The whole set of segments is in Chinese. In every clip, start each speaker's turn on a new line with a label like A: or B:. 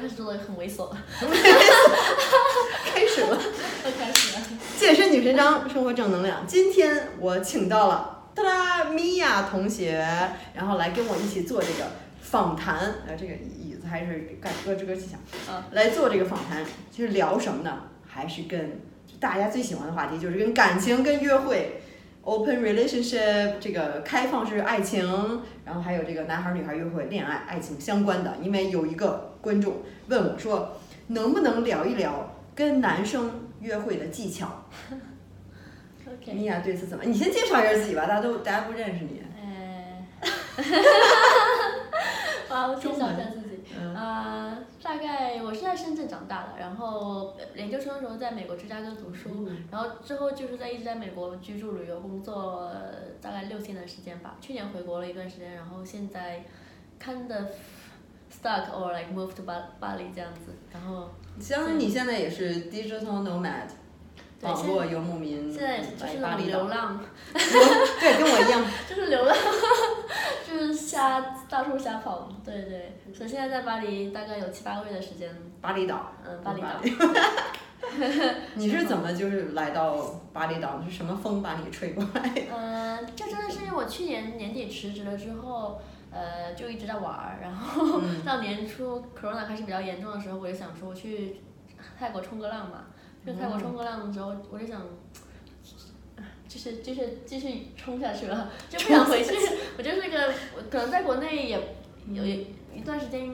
A: 是做的很猥琐了。
B: 开始了，
A: 又开始了。
B: 健身女神张，生活正能量。今天我请到了哒啦米娅同学，然后来跟我一起做这个访谈。呃，这个椅子还是感觉这个气象，
A: 嗯
B: 来做这个访谈，就是聊什么呢？还是跟就大家最喜欢的话题，就是跟感情、跟约会。Open relationship 这个开放式爱情，然后还有这个男孩儿女孩儿约会、恋爱、爱情相关的。因为有一个观众问我说，能不能聊一聊跟男生约会的技巧？
A: OK。
B: 米娅对此怎么？你先介绍一下自己吧，大家都大家不认识 你。
A: 哎，啊，我介绍一下自己。
B: 嗯
A: 啊、大概我是在深圳长大的，然后呃研究生的时候在美国芝加哥读书，然后之后就是在一直在美国居住、旅游、工作，呃大概六七年的时间吧。去年回国了一段时间，然后现在 kind of stuck or like move to 巴巴黎这样子。然后
B: 相当于你现在也是 digital nomad，
A: 对
B: 网络游牧民，
A: 现在就是
B: 哦巴
A: 那种
B: 黎
A: 流
B: 岛，
A: 浪，
B: 对，跟我一样。
A: 就是流浪， 就是瞎到处瞎跑。对对，所以现在在巴黎大概有七八个月的时间。
B: 巴厘 岛，
A: 嗯，巴厘岛。
B: 你是怎么就是来到巴厘岛？是什么风把你吹过来？
A: 嗯，这真的是因为我去年年底辞职了之后，呃，就一直在玩儿，然后
B: 嗯
A: 到年初 corona 开始比较严重的时候，我就想说去泰国冲个浪嘛。去泰国冲个浪的时候，我就想。继续继续继续冲下去了，就不想回去。我就是个，我可能在国内也有有一段时间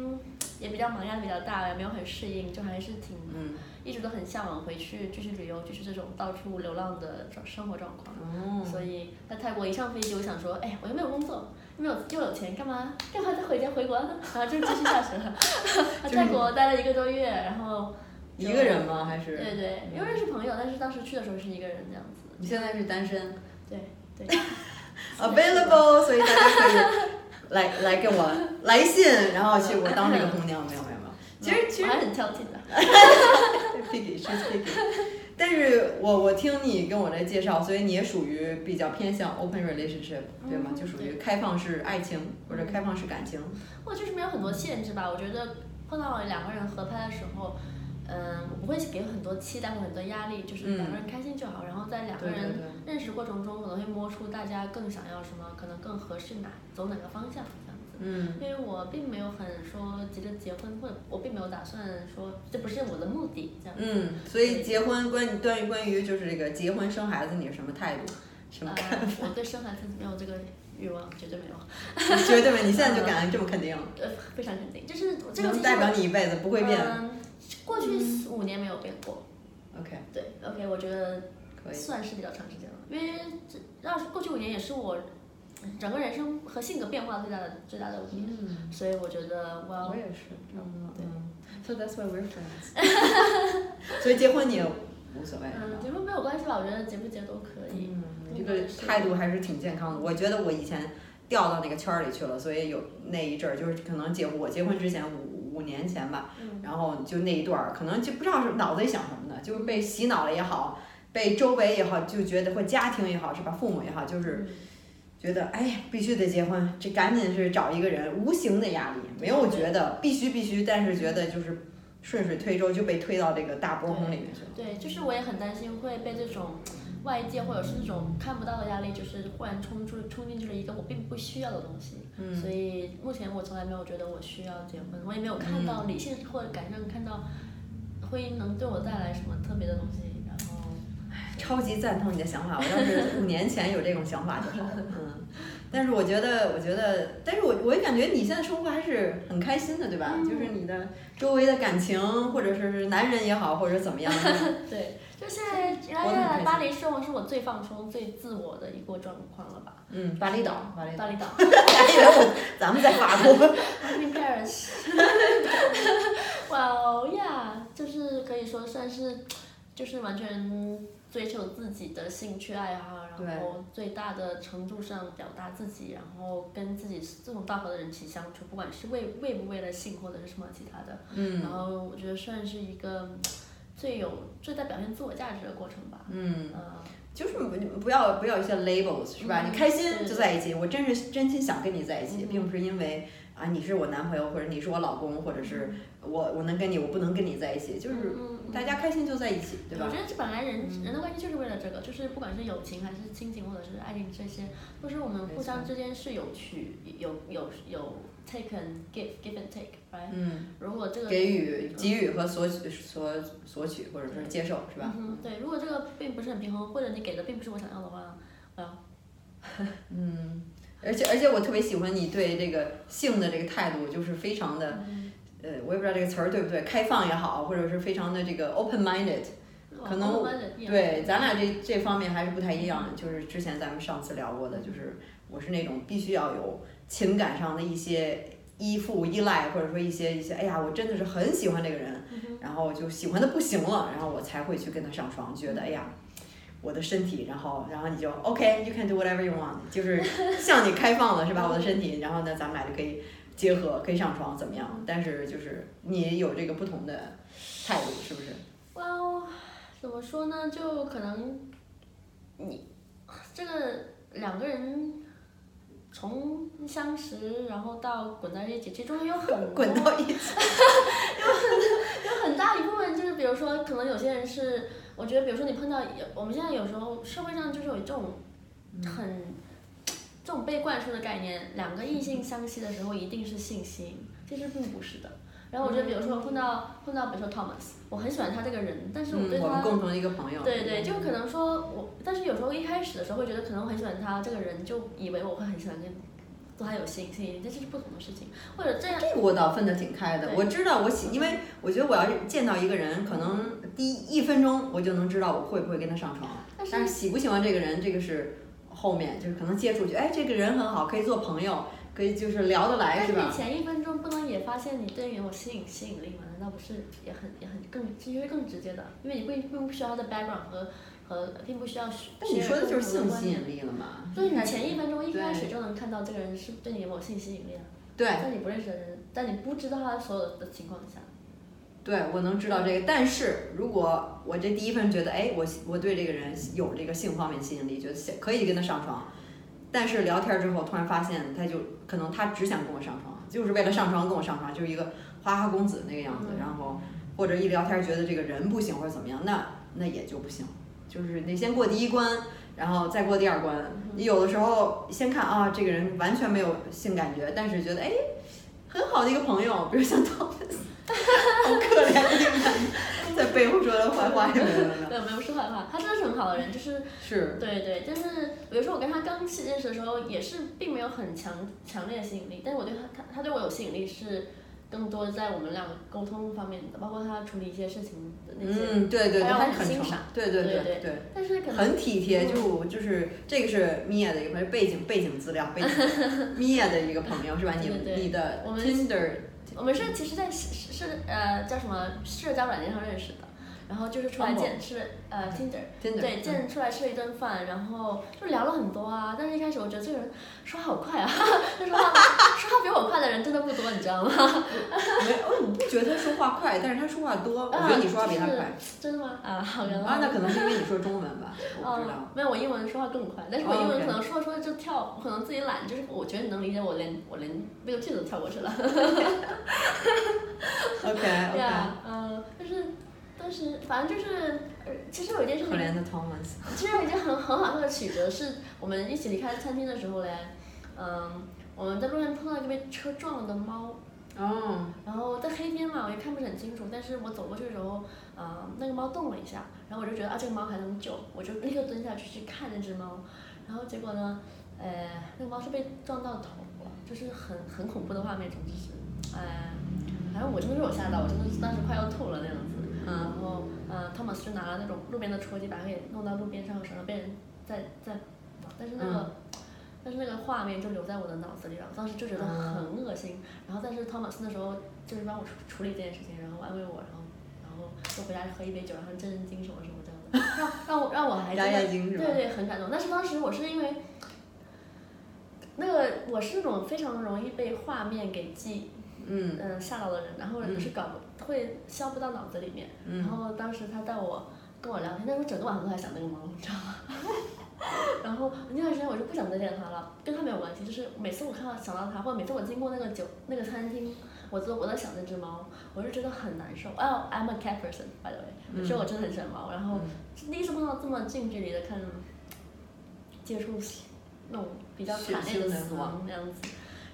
A: 也比较忙，压力比较大，也没有很适应，就还是挺
B: 嗯，
A: 一直都很向往回去继续旅游，继续这种到处流浪的状生活状况。
B: 哦，
A: 所以在泰国一上飞机，我想说，哎，我又没有工作，又没有又有钱，干嘛干嘛再回家回国呢？ 然后就继续下去了。 在泰国待了一个多月，然后
B: 一个人吗？还
A: 对
B: 是
A: 对，
B: 嗯
A: 又认识朋友，但是当时去的时候是一个人这样子。
B: 你现在是单身？
A: 对对，
B: available，所以大家可以来来给我来信，然后去我当这个红娘，没有没有没有。 其实其
A: 我
B: 实
A: 还很挑剔的。
B: picky 是 picky，但是我我听你跟我来介绍，所以你也属于比较偏向 open relationship，对吗？
A: 嗯
B: 就属于
A: 对
B: 开放式爱情或者开放式感情。
A: 我就是没有很多限制吧。我觉得碰到两个人合拍的时候，嗯、我不会给很多期待或很多压力，就是两个人开心就好。然后在两个
B: 嗯对对
A: 人
B: 对。
A: 认识过程中可能会摸出大家更想要什么，可能更合适哪走哪个方向这样子。
B: 嗯
A: 因为我并没有很说急着结婚，或者我并没有打算说这不是我的目的这样。呃
B: 嗯，所以结婚关关于关于就是这个结婚生孩子，你是什么态度？什么
A: 呃
B: 看？，
A: 我对生孩子没有这个欲望，绝对没 有，
B: 你觉得吗？你现在就敢这么肯定，
A: 呃，非常肯定，就是这个
B: 能代表
A: 其实
B: 你一辈子不
A: 我
B: 会变。
A: 嗯过去五年没有变过，
B: OK，
A: 对，OK，我觉得
B: 可以。
A: 算是比较长时间了，因为这让过去五年也是我整个人生和性格变化最大的最大的五年，
B: 嗯。
A: 所以我觉得我要
B: 我也是，
A: 嗯对
B: 嗯，So that's why we're friends 。 所以结婚你也无所谓，是吧
A: 嗯，结婚没有关系吧？我觉得结不结都可以。
B: 嗯，你这个态度还是挺健康的。我觉得我以前掉到那个圈儿里去了，所以有那一阵儿就是可能结我结婚之前五五年前吧，
A: 嗯
B: 然后就那一段儿可能就不知道是脑子里想什么呢，就是被洗脑了也好，被周围也好，就觉得或家庭也好是吧，父母也好，就是
A: 嗯
B: 觉得哎呀必须得结婚，这赶紧是找一个人，无形的压力，没有觉得必须必须，但是觉得就是顺水推舟就被推到这个大波峰里面去了。
A: 对，就是我也很担心会被这种外界或者是这种看不到的压力，就是忽然冲出冲进去了一个我并不需要的东西。
B: 嗯，
A: 所以目前我从来没有觉得我需要结婚，我也没有看
B: 嗯
A: 到理性或者感上看到婚姻能对我带来什么特别的东西。然后，
B: 超级赞同你的想法，我要是 五年前有这种想法就好了。嗯，但是我觉得，我觉得，但是我我也感觉你现在生活还是很开心的，对吧？
A: 嗯
B: 就是你的周围的感情，或者是男人也好，或者怎么样，
A: 对，就现在原来
B: 嗯我很开
A: 在
B: 心
A: 巴黎生活是我最放松、最自我的一个状况了吧？
B: 嗯，巴厘岛，巴厘岛，
A: 巴厘岛。
B: 还以为我咱们在法国。
A: I'm in Paris 哇哦呀，就是可以说算是，就是完全追求自己的兴趣爱好，然后最大的程度上表达自己，然后跟自己志同道合的人一起相处，不管是为为不为了性或者是什么其他的，
B: 嗯
A: 然后我觉得算是一个嗯最有最在表现自我价值的过程吧。
B: 嗯。
A: 呃，
B: 就是不不要不要一些 labels 是吧？
A: 嗯
B: 你开心
A: 对
B: 就在一起，我真是真心想跟你在一起，
A: 嗯
B: 并不是因为啊、啊，你是我男朋友，或者你是我老公，或者是我我能跟你，我不能跟你在一起，就是
A: 嗯
B: 大家开心就在一起，对吧
A: 我？觉得这本来人、
B: 嗯
A: 人的关系就是为了这个，就是不管是友情还是亲情或者是爱情，这些都是我们
B: 没
A: 互相
B: 错
A: 之间是有取有有有 take and give give and take，right？
B: 嗯，
A: 如果这个
B: 给
A: 嗯
B: 予给予和索取所索取或者是接受是吧？
A: 嗯哼，对，如果这个并不是很平衡，或者你给的并不是我想要的话，哎我要
B: 嗯，而且而且我特别喜欢你对这个性的这个态度，就是非常的
A: 嗯
B: 呃，我也不知道这个词儿对不对，开放也好，或者是非常的这个 open minded。可能
A: 我慢慢地变
B: 对，咱俩这这方面还是不太一样，就是之前咱们上次聊过的，就是我是那种必须要有情感上的一些依附、依赖，或者说一些一些，哎呀，我真的是很喜欢这个人，
A: 嗯哼
B: 然后就喜欢的不行了，然后我才会去跟他上床，觉得哎呀。我的身体，然后，然后你就 OK，you、can do whatever you want，就是 向你开放了，是吧？我的身体，然后呢，咱们俩就可以结合，可以上床，怎么样？但是就是你有这个不同的态度，是不是？
A: 哇哦，怎么说呢？就可能你这个两个人从相识，然后到滚到一起，其中有很
B: 滚
A: 多
B: 到一起，
A: 有很大一部分就是，比如说，可能有些人是，我觉得，比如说你碰到，我们现在有时候社会上就是有一种
B: 嗯
A: 很、这种被灌输的概念，两个异性相吸的时候一定是性吸引，其实并不是的。然后我觉得，比如
B: 嗯
A: 说碰到碰到，比如说 Thomas，我很喜欢他这个人，但是我对
B: 嗯、我们
A: 他，
B: 共同的一个朋友。
A: 对对，就可能说我，但是有时候一开始的时候会觉得，可能我很喜欢他这个人，就以为我会很喜欢跟对他有吸引吸引，但这是不同的事情，或者这样，
B: 这个我倒分得挺开的。
A: 对
B: 我知道我喜，因为我觉得我要是见到一个人，可能第一一分钟我就能知道我会不会跟他上床，
A: 但是
B: 但是喜不喜欢这个人，这个是后面就是可能接触就哎这个人很好，可以做朋友，可以就是聊得来
A: 但是
B: 是
A: 你
B: 吧？
A: 前一分钟不能也发现你对人有吸引吸引力吗？难道不是也很也很更其实更直接的？因为你不并不需要他的 background 和和并不需要学。
B: 但你说的就是性吸
A: 吸引，
B: 引力了嘛？
A: 就是你前一分钟一开始就能看到这个人是对你有没有性吸引力的，
B: 对
A: 在你不认识的人，在你不知道他所有的情况下，
B: 对，我能知道这个。但是如果我这第一份觉得，哎，我我对这个人有这个性方面吸引力，觉得行可以跟他上床，但是聊天之后突然发现，他就可能他只想跟我上床，就是为了上床跟我上床，就是一个花花公子那个样子。
A: 嗯
B: 然后或者一聊天觉得这个人不行或者怎么样，那那也就不行。就是你先过第一关，然后再过第二关。你有的时候先看啊，这个人完全没有性感觉，但是觉得哎，很好的一个朋友，比如像 Thomas，好可怜的一个男的，在背后说他坏话什么的，
A: 没有没有不是坏话，他真的是很好的人，就是
B: 是
A: 对对，但是比如说我跟他刚认识的时候，也是并没有很强强烈的吸引力，但是我对他他他对我有吸引力是更多在我们两个沟通方面的，包括他处理一些事情的那些，
B: 嗯，对对对，
A: 还有
B: 还
A: 很
B: 很
A: 欣
B: 诚
A: 赏，
B: 嗯对对
A: 对
B: 对。
A: 但是可能
B: 很体贴，就是我就是这个是米娅的一个朋友背景背景 资料，背景米娅的一个朋友是吧？你
A: 对对对
B: 你的
A: 我们
B: Tinder
A: 我们是其实在是是是呃叫什么社交软件上认识的，然后就是出来
B: Bumble
A: 见吃了呃 Tinder。
B: 哦 Tinder 嗯
A: 对，见出来吃了一顿饭，然后就聊了很多啊。但是一开始我觉得这个人说话好快啊， 就说话说话比我快的人真的不多，你知道吗？
B: 没有，哦，你不觉得他说话快，但是他说话多，我
A: 啊
B: 觉得你说话比他
A: 就是
B: 快。
A: 真的吗？啊，好原来
B: 啊，那可能是因为你说中文吧，我不知道。
A: 哦，没有，我英文说话更快，但是我
B: 哦
A: 英文
B: OK
A: 可能说着说着就跳，我可能自己懒，就是我觉得你能理解我连我连那个句子都跳过去 了。
B: OK
A: 对
B: OK。
A: 啊，嗯，就是，但是反正就是，呃其实有一件事
B: 可
A: 情，
B: 怜的 Thomas，
A: 其实有一件很很好笑的曲折，是我们一起离开餐厅的时候嘞，嗯，我们在路上碰到一个被车撞了的猫，
B: 哦，
A: 然后在黑天嘛，我也看不是很清楚，但是我走过去的时候，啊、那个猫动了一下，然后我就觉得啊，这个猫还能救，我就立刻蹲下去去看那只猫，然后结果呢，呃，那个猫是被撞到头了，就是很很恐怖的画面，总之是，哎、反正我真的是有吓到，我真的是当时快要吐了那样子，然
B: 嗯，
A: 后呃，汤姆斯就拿了那种路边的戳击，把它给弄到路边上的时候，被人在在，但是那个、但是那个画面就留在我的脑子里了，我当时就觉得很恶心。然后但是汤姆斯那时候就是帮我处处理这件事情，然后安慰我，然后然后就回家喝一杯酒，然后镇镇惊什么什么这样的，让让我让我还
B: 压
A: 哎真的
B: 压惊是吧
A: 对？对，很感动。但是当时我是因为，那个我是那种非常容易被画面给记，
B: 嗯
A: 嗯、吓到的人，然后是搞不、会消不到脑子里面。然
B: 嗯，
A: 后当时他带我跟我聊天，但是我整个晚上都在想那个猫，你知道吗？然后那段时间我就不想再见他了，跟他没有关系，就是每次我看到想到他，或者每次我经过那个酒那个餐厅，我都我都想那只猫，我就觉得很难受。哦、i m a cat person by the way，所以我真的很喜欢猫。然后第一次碰到这么近距离的看，接触那种比较惨烈的死亡那样子，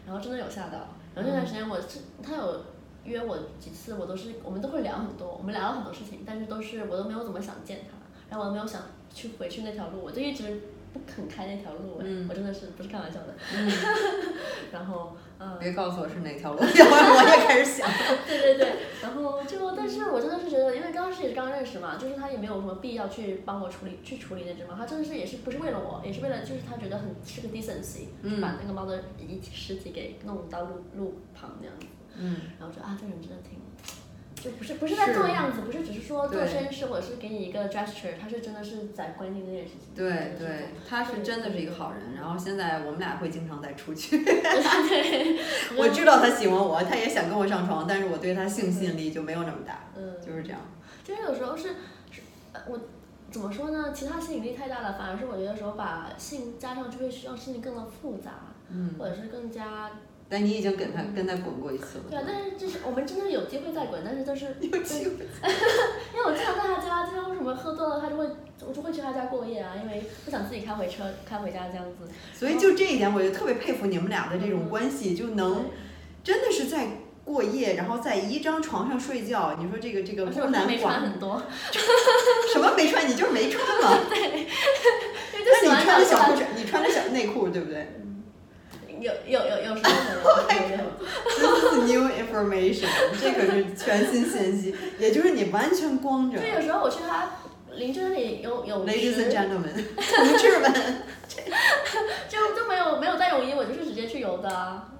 A: 然后真的有吓到。然后那段时间我是他有约我几次，我都是我们都会聊很多，我们聊了很多事情，但是都是我都没有怎么想见他，然后我都没有想去回去那条路，我就一直不肯开那条路、哎
B: 嗯
A: 我真的是不是开玩笑的。 然后嗯，
B: 别告诉我是哪条路， 要不然我也开始想。
A: 对对对，然后就但是我真的是觉得，因为刚开始也是刚认识嘛，就是他也没有什么必要去帮我处理去处理那只猫，他真的是也是不是为了我，也是为了就是他觉得很是个 decency，、
B: 嗯
A: 把那个猫的遗体尸体给弄到路路旁那样子。
B: 嗯，
A: 然后就啊，这人真的挺，就不是不是在做样子，不是只是说做
B: 对
A: 绅士或者是给你一个 gesture，他是真的是在关心这件事情。嗯
B: 对对，他是真的是一个好人。然后现在我们俩会经常再出 去。
A: 对，
B: 我知道他喜欢我，他也想跟我上床，但是我对他性吸引力就没有那么大，
A: 嗯，
B: 就是这样。
A: 就是有时候是，是呃我怎么说呢？其他吸引力太大了，反而是我觉得有时候把性加上，就会让事情更加复杂，
B: 嗯，
A: 或者是更加
B: 但你已经跟他跟他滚过一次了。
A: 对啊。但是就是我们真的有机会再滚，但是就是
B: 有机会。
A: 因为我经常在他家，经常为什么喝多了，他就会我就会去他家过夜啊，因为不想自己开回车开回家这样子。
B: 所以就这一点，我就特别佩服你们俩的这种关系，就能真的是在过夜，然后在一张床上睡觉。你说这个这个
A: 而且
B: 不
A: 我真的
B: 难
A: 没穿
B: 管，
A: 很多，
B: 什么没穿，你就是没穿 嘛。
A: 因为就
B: 那
A: 喜
B: 你
A: 欢
B: 穿着
A: 这样子
B: 小裤衩，你穿着小内裤，对 不对
A: 有有有有时 候有有有有。
B: ？This is new information，这 可是全新信息，也就是你完全光着
A: 就。有时候我去他邻居那里啊有泳
B: Ladies
A: 池
B: and，gentlemen，同 志们，
A: 就就没有没有带泳衣，我就是直接去游的啊。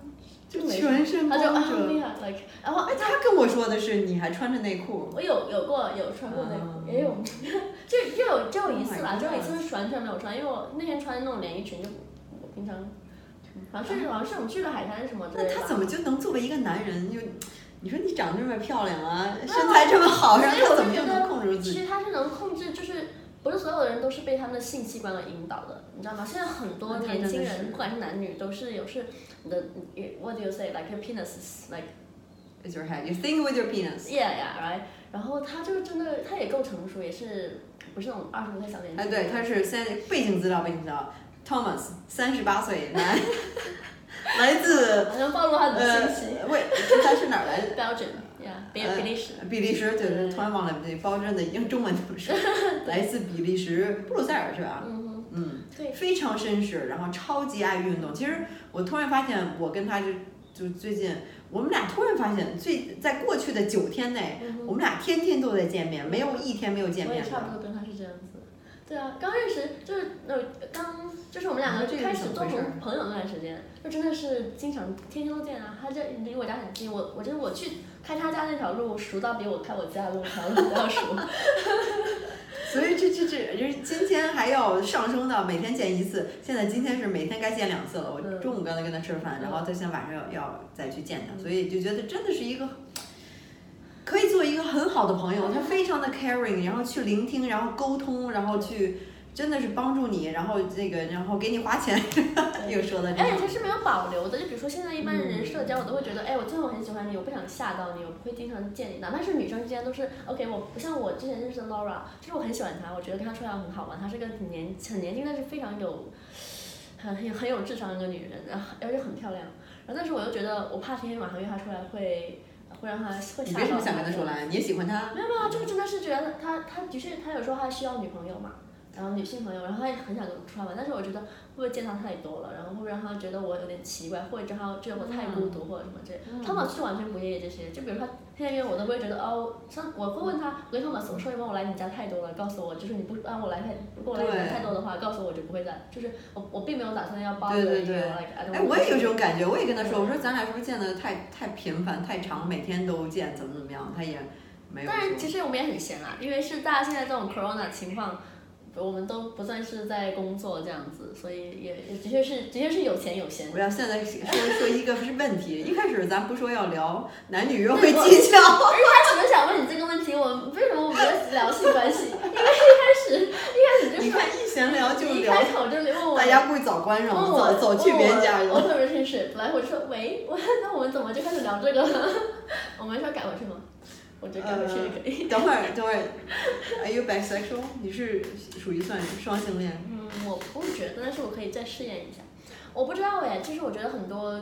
B: 就全身
A: 他
B: 光
A: 就啊
B: 着。
A: 厉害，like，然后
B: 哎，他跟我说的是你还穿着内裤，
A: 我有有过有穿过内
B: 啊
A: 裤，也有， 就就有就有一次
B: Oh my
A: 吧，
B: God
A: 就有一次是完全没有穿，因为我那天穿那种连衣裙，就我平常好像是好像是我们去了海滩什么之类
B: 那
A: 的吧。
B: 他怎么就能作为一个男人又？你说你长得这么漂亮啊，身材这么好，让他怎么就能控制自
A: 其
B: 己？
A: 实他是能控制，就是不是所有人都是被他们的性器官而引导的，你知道吗？现在很多
B: 那真
A: 年
B: 的
A: 轻
B: 是
A: 人，不管是男女，都是有是你的你 what do you say like your penis is like
B: 就是 head, you think with your penis。
A: yeah yeah right，然后他就真的他也够成熟，也是不是那种二十多岁小年轻。
B: 哎，对，他是现在背景资料，背景资料，Thomas，三十八岁男，来 自
A: 好像暴露他的
B: 呃
A: 信息。，
B: 喂，他是哪儿来的？
A: Belgium，yeah，比
B: 呃
A: 比利时。
B: 比利时，对对，
A: 对
B: 突然忘了这包真的英中文怎 么说？来自比利时布鲁塞尔是吧？
A: 嗯哼，
B: 嗯，
A: 对
B: 非常绅士，然后超级爱运动。其实我突然发现，我跟他就就最近，我们俩突然发现，最在过去的九天内，
A: 嗯哼
B: 我们俩天天都在见面，没有一天没有见
A: 我也
B: 面
A: 差
B: 的。
A: 不多跟他是这样子。对啊，刚认识就是那种刚就是我们两个
B: 这个
A: 开
B: 是
A: 始
B: 怎
A: 做
B: 么回事
A: 朋友那段时间，就真的是经常天天都见啊。他这离我家很近，我我就是我去开他家那条路熟到比我开我家的路条路还要熟。
B: 所以这这这，就是今天还要上升到每天见一次。现在今天是每天该见两次了。我
A: 嗯
B: 中午刚才跟他吃了饭，
A: 嗯
B: 然后他现在晚上要要再去见他，
A: 嗯
B: 所以就觉得真的是一个。可以做一个很好的朋友，他非常的 caring，然后去聆听，然后沟通，然后去真的是帮助你，然后这个，然后给你花钱， 又说到这
A: 而且
B: 嗯个，
A: 哎他是没有保留的，就比如说现在一般人社交，我都会觉得，哎，我真的我很喜欢你，我不想吓到你，我不会经常见你，哪怕是女生之间都是 OK。我不像我之前认识的 Laura，就是我很喜欢她，我觉得跟她出来很好玩，她是个很年很年轻，但是非常有很很有很有智商的一个女人，然后而且很漂亮。然后但是我又觉得我怕天天晚上约她出来会会让她会
B: 你
A: 吓到。
B: 为什么想跟他说？来？你也喜欢他？
A: 没有没啊有，就真的是觉得他他的确他有时候他需要女朋友嘛，然后女性朋友，然后他也很想跟我出来玩，但是我觉得会不会见他太多了，然后会不会让他觉得我有点奇怪，或者让他觉得我太孤独或者什么之类。
B: 嗯
A: 汤马斯完全不介意这些，就比如他现在约我都不会觉得哦，像我会问他，我跟汤马斯我说一般我来你家太多了，告诉我就是你不让我来太，如果我来你
B: 对
A: 家太多的话，告诉我我就不会再，就是我我并没有打算要包
B: 对对
A: you
B: 对
A: like I don't
B: 哎，
A: want
B: 我也有
A: to-
B: 这种感觉，我也跟他说，我说咱俩是不是见的太太频繁、太长，每天都见，怎么怎么样？他也没有
A: 但是其
B: 说。
A: 实我们也很闲啦，因为是大家现在这种 corona 情况，我们都不算是在工作这样子，所以也也的确是的确是有钱有 闲。
B: 我要现在 说说一个是问题，一开始咱不说要聊男女约会技巧，
A: 他只是想问你这个问题，我为什么我们在聊性关系？因为一开始一开始就
B: 你
A: 是
B: 看一闲聊就
A: 你一
B: 聊
A: 开口
B: 关上，
A: 问
B: 走
A: 我
B: 走去别人家去
A: 问
B: 了。
A: 我 open relationship，本来我就说喂，我那我们怎么就开始聊这个了？ 我们说改回去吗？我觉得改回去也可以。
B: 等会儿，等会儿，Are 哎 you bisexual？你是属于算双性恋？
A: 嗯，我不觉得，但是我可以再试验一下。我不知道哎，其实我觉得很多，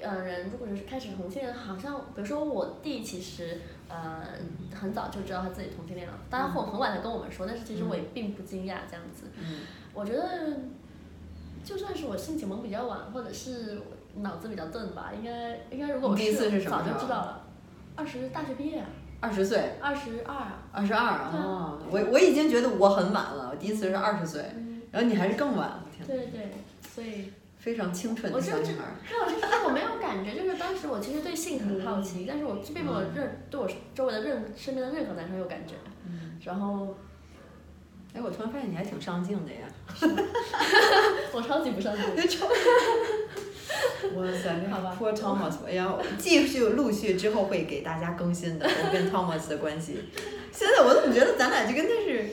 A: 呃，人如果是开始同性恋，好像比如说我弟，其实呃很早就知道他自己同性恋了，当然很很晚才跟我们说，但是其实我也并不惊讶这样子。
B: 嗯
A: 我觉得，就算是我性启蒙比较晚，或者是我脑子比较钝吧，应该应该如果我
B: 你第一次是什么
A: 早就
B: 时候
A: 知道了。二十大学毕业啊，
B: 二十岁，
A: 二十二啊，
B: 二十二
A: 对
B: 啊！我我已经觉得我很晚了，我第一次是二十岁，
A: 嗯，
B: 然后你还是更晚，我天，
A: 对对对，所以
B: 非常清纯的
A: 我知
B: 小
A: 道
B: 女
A: 这
B: 孩。
A: 那我就是我没有感觉，就是当时我其实对性很
B: 嗯
A: 好奇，但是我并没有认对我周围的任身边的任何男生有感觉。
B: 嗯
A: 然后
B: 哎，我突然发现你还挺上镜的呀！
A: 我超级不 上进，
B: 哇塞，
A: 好吧
B: Poor Thomas，哎呀，继续陆续之后会给大家更新的，我跟 Thomas 的关系。现在我怎么觉得咱俩就跟他是，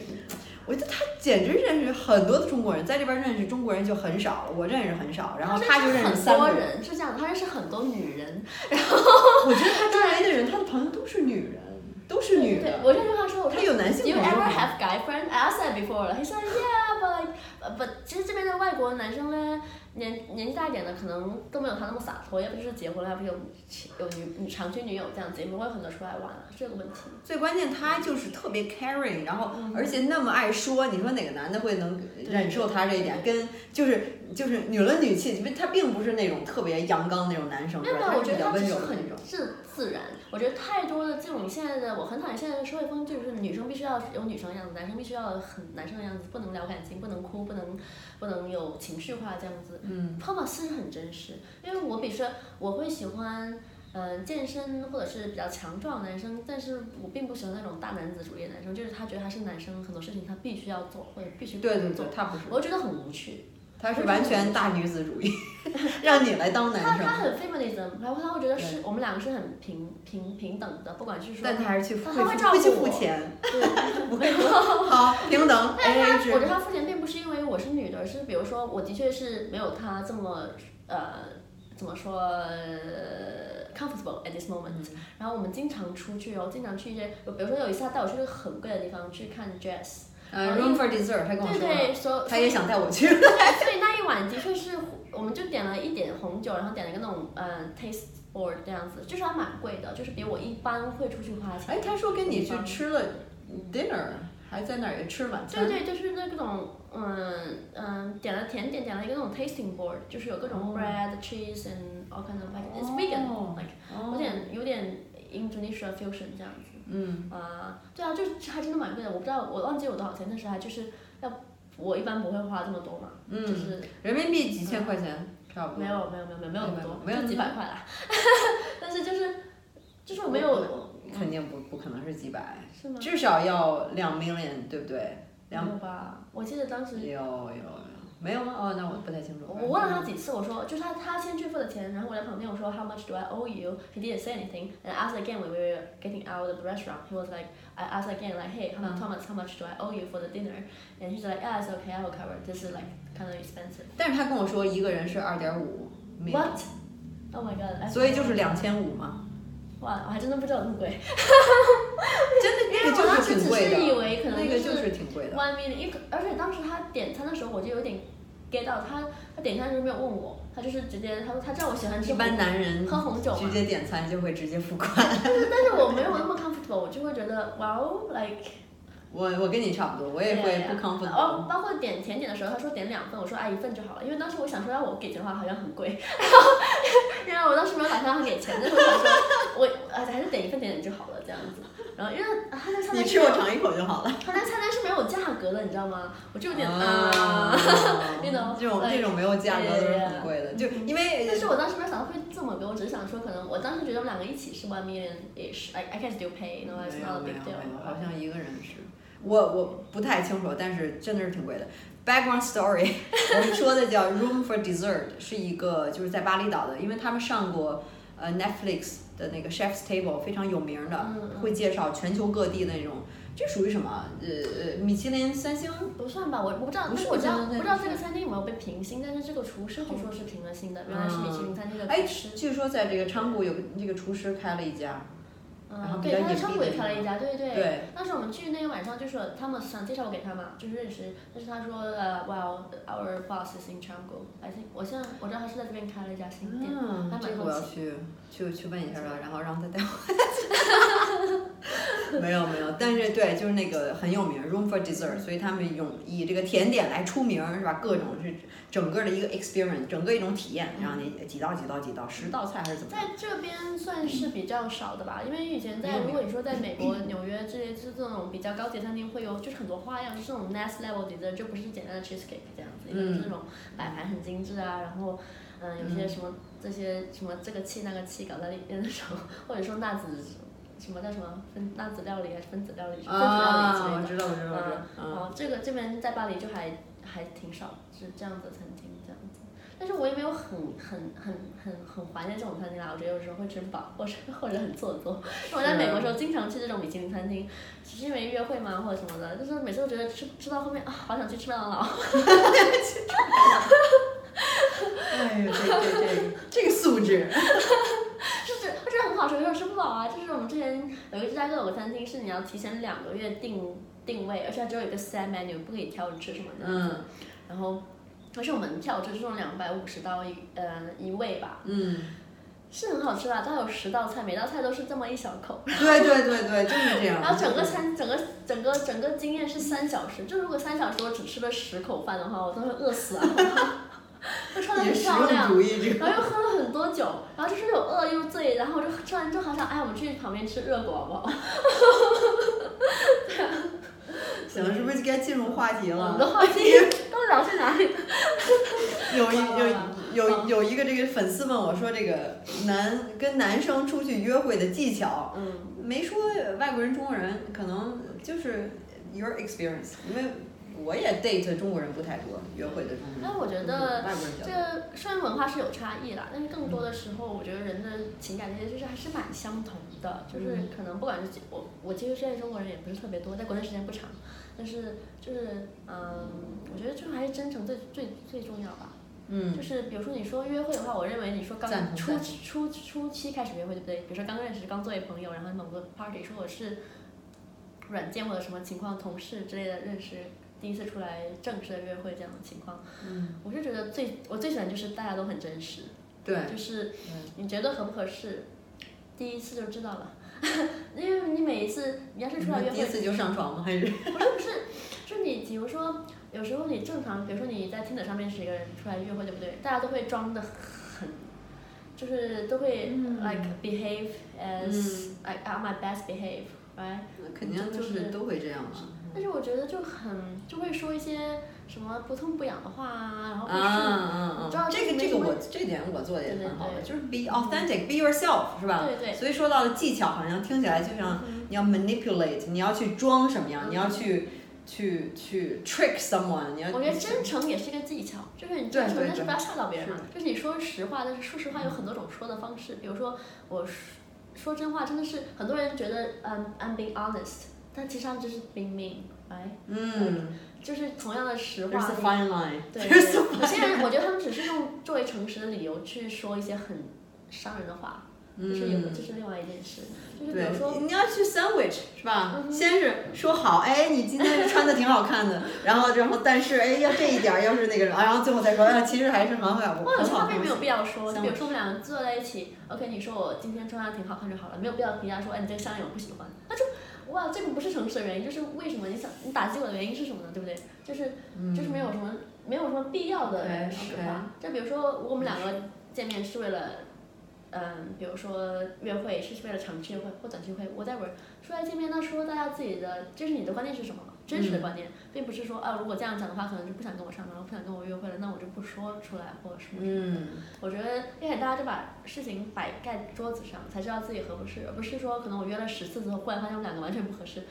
B: 我觉得他简直认识很多的中国人，在这边认识中国人就很少了，我认识很少，然后哦他就认识
A: 很
B: 三
A: 多
B: 个。
A: 人，是这样的，他认识很多女人，
B: 我觉得他周围的人，他的朋友都是女人，都是女
A: 对
B: 的，。
A: 我认识他说，我
B: 他
A: 说
B: 有男性
A: Do you
B: 朋友
A: ever
B: 吗？
A: have guy friend? I asked that before. He said, yeah, but but 其实这边的外国男生呢，年年纪大一点的可能都没有他那么洒脱，要不就是结婚了，要不有有女女长期女友这样子，也不会很多出来玩啊，这个问题。
B: 最关键他就是特别 caring，然后
A: 嗯
B: 而且那么爱说，你说哪个男的会能忍受他这一点？跟就是就是女了女气，他并不是那种特别阳刚那种男生，
A: 没有
B: 是
A: 没
B: 吧
A: 有，我
B: 他是
A: 觉
B: 比
A: 得
B: 较
A: 他
B: 温
A: 只是
B: 柔的
A: 很
B: 那种。
A: 自自然。我觉得太多的这种现在的，我很讨厌现在的社会风气，就是女生必须要有女生的样子，男生必须要很男生的样子，不能聊感情，不能哭，不能不能有情绪化这样子。
B: 嗯，
A: 泡泡是很真实，因为我比如说我会喜欢。嗯，健身或者是比较强壮的男生，但是我并不喜欢那种大男子主义的男生，就是他觉得他是男生，很多事情他必须要做或者必须不
B: 对对
A: 做
B: 对，，他不是，
A: 我会觉得很无趣。
B: 他是完全大女子主义， 让你来当
A: 他他
B: 男生，
A: 很 feminism，然后他会觉得是我们两个是很平平平等的，不管是说
B: 但他还是去
A: 他
B: 会
A: 他会
B: 去
A: 照
B: 会去
A: 顾
B: 付
A: 我
B: 钱，
A: 对，
B: 不会说好平等 A
A: 但
B: A
A: 是他，我觉
B: 制。
A: 得他付钱并不是因为我是女的，而是比如说我的确是没有他这么呃怎么说呃 comfortable at this moment、然后我们经常出去哦，经常去一些，比如说有一次他带我去一个很贵的地方去看 jazz，
B: 呃，room for dessert，他跟我
A: 对
B: 说了，
A: 对，所
B: 他也想带我去。
A: 所以那一晚的确是，我们就点了一点红酒，然后点了一个那种呃 taste board 这样子，就是还蛮贵的，就是比我一般会出去花钱。
B: 哎，他说跟你去吃了 dinner，还在那儿也吃晚餐。
A: 对对，就是那种嗯嗯，点了甜点，点了一个那种 tasting board，就是有各种
B: 哦
A: bread、cheese and all kind of like it's vegan，、
B: 哦
A: like 有
B: 哦，
A: 点有点 Indonesia fusion 这样子。
B: 嗯，
A: 啊、对啊，就是还真的蛮贵的，我不知道我忘记有多少钱，但是还就是要我一般不会花这么多嘛，
B: 嗯
A: 就是
B: 人民币几千块钱，差不多。
A: 没有没有没有没有没有那么多，
B: 没有
A: 就几
B: 那么
A: 百块 啦。但是就是就是我没有
B: 肯定不不可能是几百，
A: 是吗？
B: 至少要两 million，对不对？
A: 没
B: 两
A: 有吧？我记得当时
B: 有有有，没有吗？哦，那我不太清楚。
A: 我问了他几次，我说就是他他先去付的钱，然后我在旁边我说 How much do I owe you? He didn't say anything. And I asked again when we were getting out of the restaurant. He was like, I asked again like Hey, how much Thomas, how much do I owe you for the dinner? And he's like, Yeah, it's okay, I will cover. This is like kind of expensive.
B: 但是他跟我说一个人是二点五
A: What? Oh my god! I-
B: 所以就是两千五嘛，
A: 哇，我还真的不知道有那么贵，
B: 真的那个
A: 我
B: 就
A: 当
B: 是
A: 时
B: 挺
A: 啊只
B: 贵
A: 是以
B: 的，
A: 为可能
B: 那个
A: 就
B: 就是挺贵的。
A: One minute，因为而且当时他点餐的时候，我就有点 get 到他，他点餐的时候没有问我，他就是直接他说他知道我喜欢
B: 一
A: 吃
B: 般男人
A: 喝红酒
B: 直
A: 嘛，
B: 接点餐就会直接付款。
A: 但是但是我没有那么 comfortable，我就会觉得哇哦，like
B: 我我跟你差不多，我也会不 comfortable。
A: 哦，包括点甜点的时候，他说点两份，我说啊一份就好了，因为当时我想说让我给钱的话好像很贵， 然后然后我当时没有打算让他给钱，但是我想说我啊还是点一份甜点就好了这样子，然后因为他他那
B: 你
A: 餐
B: 吃我
A: 单
B: 尝一口就好了。
A: 他那餐单是没有价格的，你知道吗？我就有点啊
B: 啊，
A: ，you know，
B: 这种这种没有价格都是很贵的，就因为
A: 呃但是我当时没有想到会这么贵，我只是想说，可能我当时觉得我们两个一起是 one million ish，I I can still pay，you know it's
B: 没有
A: not a
B: 没
A: big
B: 有
A: deal
B: 没有，。好像一个人是，我我不太清楚，但是真的是挺贵的。Background story，我 们说的叫 Room for Dessert，是一个就是在巴厘岛的，因为他们上过呃 Netflix 的那个 Chef's Table 非常有名的
A: 嗯，嗯
B: 会介绍全球各地的那种这属于什么？呃，米其林三星
A: 不算吧，我我不知道，
B: 不
A: 但
B: 是
A: 是我知
B: 不
A: 道
B: 是对
A: 不知道这
B: 不
A: 个餐厅有没有被评星，但是这个厨师据说是评了星的，原来是米其林餐厅的
B: 哎
A: 厨师。
B: 据说在这个昌谷有个这个厨师开了一家，然后
A: 嗯，
B: 比
A: 对，他
B: 较
A: 在
B: 隐蔽
A: 昌
B: 的
A: 谷也
B: 地
A: 开了一家，对对对。
B: 对，
A: 当时我们去那个晚上，就是他们想介绍我给他嘛，就是认识，但是他说呃、well our boss is in Changu，I think 我现在我知道他是在这边开了一家新店，
B: 嗯
A: 还，蛮
B: 这个
A: 好
B: 我要
A: 奇
B: 去去去问一下他，然后让他带我。 没有没有，但是对，就是那个很有名，Room for Dessert，所以他们用以这个甜点来出名是吧？各种是整个的一个 experience，整个一种体验，然后
A: 嗯
B: 你几道几道几道，十道菜还是怎么着？
A: 在这边算是比较少的吧，因为以前
B: 没有
A: 在
B: 没有
A: 如果你说在美国纽约这些就是这种比较高级的餐厅会有就是很多花样，就是这种 next level dessert 就不是简单的 cheesecake 这样子，因为
B: 嗯
A: 这种摆盘很精致啊，然后嗯有些什么这些什么这个气那个气搞在里面的时候，或者说辣子什么叫什么分辣子料理还是分子料理分子料理之类的
B: 啊，我。知道我知道我知道，嗯
A: 哦，这个这边在巴黎就还还挺少，是这样子的餐厅这样子。但是我也没有很很很很很怀念这种餐厅啦，我觉得有时候会吃不饱，或者或者很做作。 因为我在美国的时候经常去这种米其林餐厅，只是因为约会嘛或者什么的，就是每次都觉得吃吃到后面啊，好想去吃麦当劳。
B: 哎呦，这这这这个素质，
A: 就是它真的很好吃，有时候吃不饱啊。就是我们之前有一个芝加哥有个餐厅是你要提前两个月定定位，而且它只有一个 set menu，不可以挑着吃什么的。
B: 嗯
A: 然后，而且我们跳就是种两百五十刀一呃一位吧，
B: 嗯，
A: 是很好吃啦，它有十道菜，每道菜都是这么一小口，
B: 对对对对，啊就是这样。
A: 然后整个餐整个整个整个经验是三小时，就如果三小时我只吃了十口饭的话，我都会饿死啊！ 我穿的
B: 也
A: 很
B: 实
A: 漂
B: 用
A: 亮，
B: 主义这
A: 然后又喝了很多酒，然后就是有饿又醉，然后我就突然就好想，哎，我们去旁边吃热狗好不好？
B: 行，是不是该进入话题
A: 我
B: 了
A: 们？的话题都聊去哪里？
B: 有一
A: 好
B: 有
A: 吧
B: 有有一个这个粉丝问我说，这个男跟男生出去约会的技巧，
A: 嗯，
B: 没说外国人、中国人，可能就是 your experience，因为我也 date 中国人不太多，约会的中国人。
A: 但我觉得。
B: 嗯外国人比较
A: 这
B: 多。
A: 个虽然文化是有差异啦，但是更多的时候，我觉得人的情感这些就是还是蛮相同的，就是
B: 嗯
A: 可能不管是我我接触现在中国人也不是特别多，在国内时间不长，但是就是嗯，我觉得就还是真诚最最最重要吧。
B: 嗯
A: 就是比如说你说约会的话，我认为你说刚
B: 赞同
A: 初
B: 赞同
A: 初初期开始约会，对不对？比如说刚认识、刚作为朋友，然后某个 party 说我是软件或者什么情况，同事之类的认识，第一次出来正式的约会这样的情况。
B: 嗯，
A: 我是觉得最我最喜欢就是大家都很真实，
B: 对，
A: 就是
B: 嗯
A: 你觉得合不合适，第一次就知道了， 因为你每一次你要是出来约
B: 第一
A: 会，
B: 次就上床吗？还是
A: 不是不是，就是你比如说有时候你正常，比如说你在 Tinder 上面是一个人出来约会，对不对？大家都会装的很，就是都会、
B: 嗯
A: like behave as、like at my best behave right。
B: 肯定就是都会这样嘛。
A: 但是我觉得就很就会说一些什么不痛不痒的话啊，然后会
B: 啊
A: 是、
B: 啊
A: 你知
B: 啊
A: 道！
B: 这个
A: 没
B: 这个
A: 什么
B: 我这点我做的也
A: 对对
B: 很好的，
A: 对
B: 就是 be authentic，be yourself，是吧？
A: 对对。
B: 所以说到了技巧，好像听起来就像
A: 嗯
B: 你要 manipulate，你要去装什么样，
A: 嗯
B: 你要去去去 trick someone，你要嗯
A: 我觉得真诚也是一个技巧，就是你真诚，
B: 对对
A: 但是
B: 对
A: 不要吓到别人嘛
B: 是。
A: 就是你说实话，但是说实话有很多种说的方式，比如说我说说真话，真的是很多人觉得嗯 I'm being honest，但其实他们就是 being mean，哎，
B: 嗯
A: 就是同样的实话
B: ，there's a。fine line，
A: 对，
B: there's
A: 对有些人我觉得他们只是用作为诚实的理由去说一些很伤人的话，就是有，
B: 嗯
A: 这是另外一件事，就是比
B: 对
A: 如说，
B: 你要去 sandwich 是吧？
A: 嗯哼
B: 先是说好，哎，你今天穿的挺好看的， 然后然后但是哎要这一点儿，要是那个什么，然后最后再说，哎，其实还是很好看，我
A: 哇，我
B: 很
A: 觉得
B: 好
A: 他并哦
B: 看
A: 没。有必要说，
B: 像
A: 就比如说我们俩坐在一起，OK，你说我今天穿的挺好看就好了，没有必要评价说，哎，你这个项链我不喜欢。他说，哇，这个不是诚实的原因，就是为什么你想你打击我的原因是什么呢？对不对？就是就是没有什么没有什么必要的
B: OK，
A: 实
B: 嗯 OK
A: 话。就比如说我们两个见面是为了，嗯，比如说约会是为了长期约会或短期约会，whatever，出来见面那说大家自己的，这是你的观念是什么？真
B: 嗯
A: 实的观念，并不是说啊，如果这样讲的话，可能就不想跟我上班，了，不想跟我约会了，那我就不说出来或者什么。
B: 嗯，
A: 我觉得一开始大家就把事情摆在桌子上，才知道自己合不适，而不是说可能我约了十次之后，忽然发现我们两个完全不合适，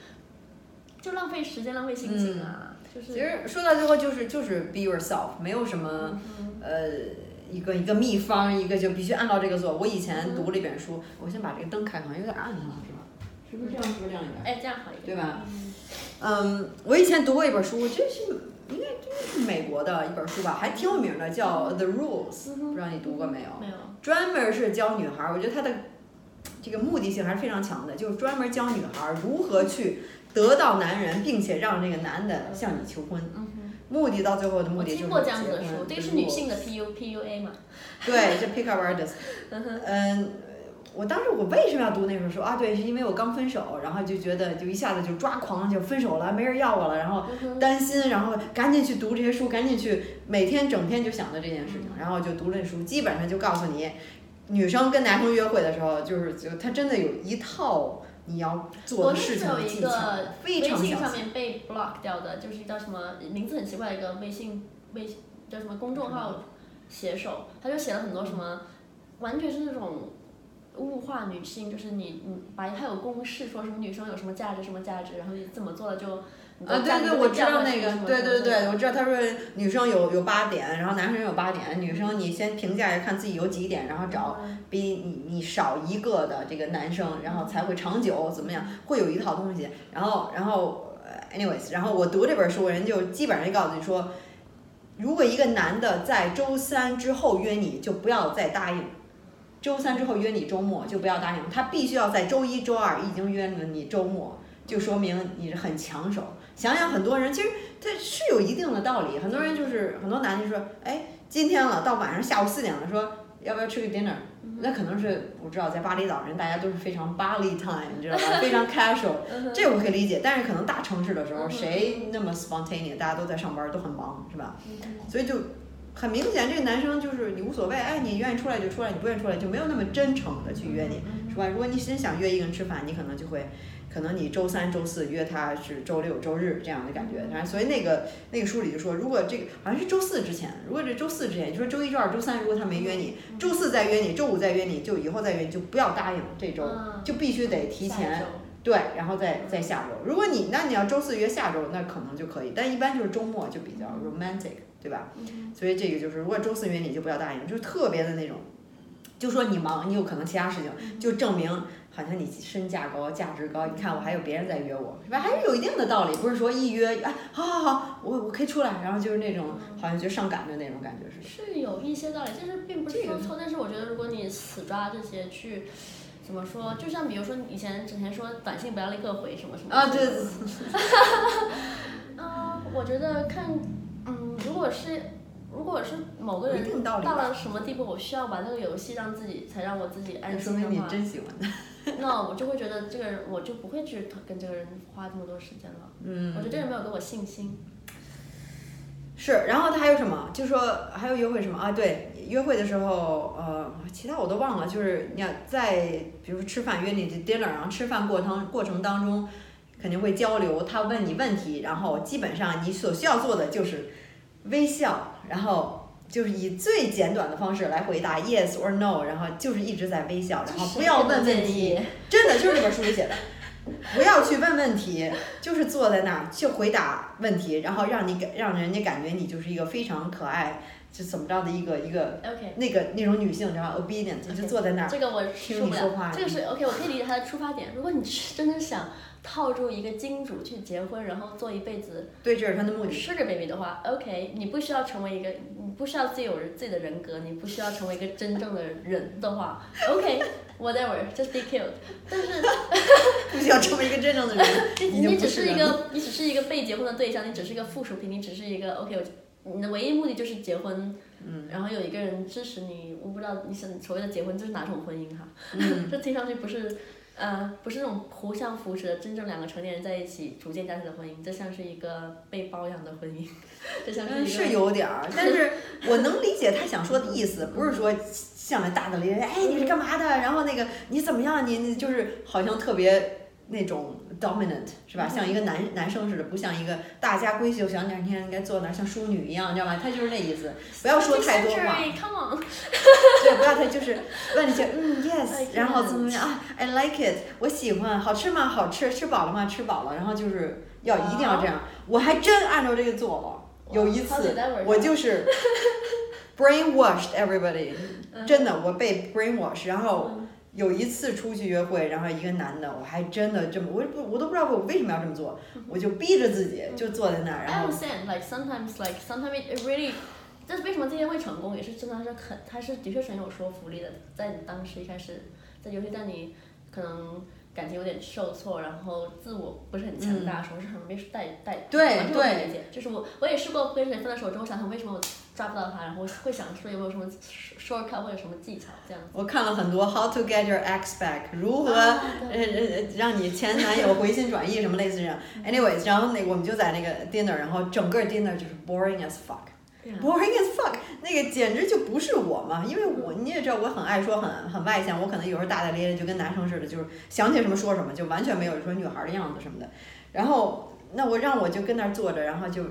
A: 就浪费时间、浪费心情啊。就是
B: 嗯其实说到最后就是就是 be yourself，没有什么。
A: 嗯
B: 呃一个一个秘
A: 嗯
B: 方，一个就必须按照这个做。我以前读了一本书，我先把这个灯开开，有点暗哈，是吧？是不是这样？是不是亮一点？
A: 哎，这样好一点，
B: 对吧？
A: 嗯
B: 嗯，我以前读过一本书，这是应该这是美国的一本书吧，还挺有名的，叫《The Rules》，不知道你读过没有？
A: 嗯没有，
B: 专门是教女孩儿，我觉得它的这个目的性还是非常强的，就是专门教女孩儿如何去得到男人，并且让这个男的向你求婚。
A: 嗯哼，
B: 目的到最后的目
A: 我
B: 的就是
A: 听过这样子的
B: 结
A: 书，
B: 婚
A: 这个是女性的 P U P U A 嘛，
B: 对，是 pick up artist。嗯，我当时我为什么要读那本书啊？对，是因为我刚分手，然后就觉得就一下子就抓狂，就分手了，没人要我了，然后
A: 嗯哼
B: 担心，然后赶紧去读这些书，赶紧去每天整天就想着这件事情，然后就读了那书，基本上就告诉你，女生跟男生约会的时候，就是就他真的有一套你要做的事情的技巧
A: 我那时候有一个，
B: 非常
A: 微信
B: 详
A: 上
B: 细。
A: 面被 block 掉的，就是叫什么名字很奇怪的一个微信微信叫什么公众号写手，他就写了很多什么，完全是那种物化女性，就是你你把它有公式说什么女生有什么价值什么价值，然后你怎么做了就你的
B: 啊，
A: 价
B: 对
A: 值
B: 对，
A: 就
B: 我
A: 会
B: 知
A: 降
B: 道
A: 下
B: 那
A: 去什
B: 个，
A: 么
B: 对
A: 什么
B: 对
A: 之
B: 对
A: 类，的
B: 我知道他说女生有有八点，然后男生有八点，女生你先评价一下看自己有几点，然后找比你你少一个的这个男生，然后才会长久怎么样，会有一套东西。然后，然后呃，anyways，然后我读这本书，人就基本上就告诉你说，如果一个男的在周三之后约你，就不要再答应。周三之后约你周末就不要答应，他必须要在周一周二已经约了你周末，就说明你是很抢手。想想很多人其实他是有一定的道理，很多人就是很多男的就说，哎，今天了，到晚上下午四点了，说要不要吃个 dinner？那可能是我知道，在巴厘岛人大家都是非常巴厘 time，你知道吧？非常 casual，
A: 嗯哼
B: 这我可以理解。但是可能大城市的时
A: 嗯
B: 候，
A: 哼
B: 谁那么 spontaneous？大家都在上班，都很忙，是吧？
A: 嗯哼
B: 所以就很明显，这个男生就是你无所谓，哎，你愿意出来就出来，你不愿意出来就没有那么真诚的去约
A: 嗯
B: 你，是吧？如果你真想约一个人吃饭，你可能就会，可能你周三、周四约他是周六、周日这样的感觉。然后，所以那个那个书里就说，如果这个好像是周四之前，如果这周四之前，你说周一、周二、周三，如果他没约你，周四再约你，周五再约你，就以后再约你就不要答应这周，
A: 嗯
B: 就必须得提
A: 下一
B: 前
A: 周
B: 对，然后再再下周。如果你那你要周四约下周，那可能就可以，但一般就是周末就比较 romantic，对吧？
A: 嗯
B: 所以这个就是，如果周四约你就不要答应，就是特别的那种，就说你忙，你有可能其他事情，就证明好像你身价高、价值高。你看我还有别人在约我，是吧？还是有一定的道理，不是说一约哎，好好好，我我可以出来，然后就是那种好像就上赶着那种感觉似的。
A: 是有一些道理，但是并不是说错。但是我觉得，如果你死抓这些去，怎么说？就像比如说你以前之前说短信不要立刻回什么什么
B: 啊，
A: 之
B: 对
A: 类的，啊、我觉得看，嗯，如果是如果是某个
B: 有一
A: 人
B: 定道理
A: 到了什么地步，我需要玩这个游戏让自己才让我自己安
B: 那哎说
A: 心
B: 明
A: 的
B: 你
A: 话，
B: 真喜欢他。
A: 那我就会觉得这个人我就不会去跟这个人花这么多时间了。嗯，我觉得这人没有给我信心。
B: 是，然后他还有什么？就说还有约会什么啊？对，约会的时候，呃，其他我都忘了。就是你要在，比如说吃饭约你的 dinner，然后吃饭过程过程当中，肯定会交流，他问你问题，然后基本上你所需要做的就是微笑，然后就是以最简短的方式来回答 yes or no，然后就是一直在微笑，然后不要问问题，真的就是这本书里写的，不要去问问题，就是坐在那儿去回答问题，然后让你感让人家感觉你就是一个非常可爱，就怎么着的一个一个
A: OK，
B: 那个那种女性，然后 obedient，就
A: OK
B: 坐在那儿。
A: 这个我
B: 听
A: 受
B: 你
A: 不了。
B: 说话，
A: 这个是 OK，我可以理解他的出发点。如果你是真的想套住一个金主去结婚，然后做一辈子
B: 对，这是他的目的。
A: sugar baby 的话，OK，你不需要成为一个，你不需要自己有自己的人格，你不需要成为一个真正的人的话，OK，whatever，just、be cute。但是
B: 不需要成为一个真正的人，已
A: 你
B: 经
A: 你
B: 不
A: 只
B: 是
A: 是一
B: 人了。
A: 个，你只是一个被结婚的对象，你只是一个附属品，你只是一个 OK，我你的唯一目的就是结婚，嗯，然后有一个人支持你，我不知道你想所谓的结婚这是哪种婚姻哈，
B: 嗯
A: 这听上去不是，呃，不是那种互相扶持的，真正两个成年人在一起组建家庭的婚姻，这像是一个被包养的婚姻， 这像是
B: 嗯，
A: 一个
B: 是有点儿，但是我能理解他想说的意思，不是说像大大咧咧，哎，你是干嘛的？然后那个你怎么样？你你就是好像特别那种 dominant 是吧？像一个男男生似的，不像一个大家闺秀小两天应该坐那儿像淑女一样，你知道吗？他就是那意思，不要说太多话，
A: Century, Come on，
B: 对，不要太就是问一句， 嗯
A: I
B: yes，
A: can
B: 然后怎么样啊？I like it，我喜欢，好吃吗？好吃，吃饱了吗？吃饱了，然后就是要一定要这样，我还真按照这个做了。有一
A: 啊好
B: 次
A: 几代文，
B: 我就是 brainwashed everybody，真的，我被 brainwashed，然后
A: 嗯
B: 有一次出去约会，然后一个男的，我还真的这么，我也不我都不知道我为什么要这么做，
A: 嗯
B: 我就逼着自己就坐在那儿，然
A: I
B: 后
A: understand, like sometimes, like sometimes it really，但是为什么这些会成功，也是真的，它是很，它是的确是很有说服力的。在你当时一开始，在尤其在你可能感情有点受挫，然后自我不是很强大的时候，是很容易带带。
B: 对
A: 完全
B: 对
A: 可以理解。就是我我也试过跟谁分了手之后，想想为什么我抓不到他，然后会想说有没有什么 shortcut 或者什么技巧这样。
B: 我看了很多 How to get your ex back，如何
A: 啊
B: 呃呃让你前男友回心转意什么类似这样。Anyways，然后那我们就在那个 dinner，然后整个 dinner 就是 boring as fuck。
A: 对啊
B: boring as fuck，那个简直就不是我嘛，因为我你也知道我很爱说很很外向，我可能有时候大大咧咧就跟男生似的，就是想起什么说什么，就完全没有说女孩的样子什么的。然后那我让我就跟那儿坐着，然后就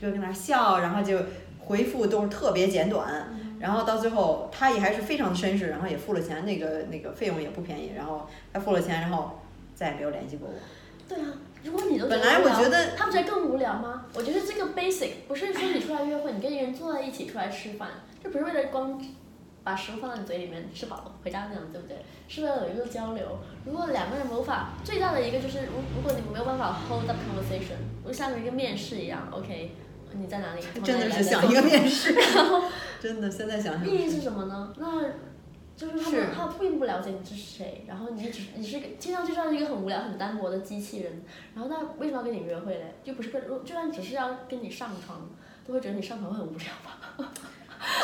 B: 就跟那儿笑，然后就回复都是特别简短，
A: 嗯
B: 然后到最后他也还是非常绅士，然后也付了钱，那个那个费用也不便宜，然后他付了钱，然后再也没有联系过我。
A: 对啊，如果你都
B: 本来我觉得
A: 他不觉得更无聊吗？我觉得这个 basic 不是说你出来约会，你跟一个人坐在一起出来吃饭，这不是为了光把食物放到你嘴里面吃饱了回家那样，对不对？是为了有一个交流。如果两个人无法，最大的一个就是如如果你们没有办法 hold up conversation，就像一个面试一样，OK，你在哪里？从哪
B: 真
A: 里
B: 的
A: 来
B: 是想一个。面试，
A: 然后
B: 真的现在想想
A: 意义是什么呢？那就是他
B: 是
A: 们他并不了解你是谁，然后你只你是个听上去像是一个很无聊、很单薄的机器人，然后那为什么要跟你约会嘞？又不是跟，就算只是要跟你上床，都会觉得你上床会很无聊吧？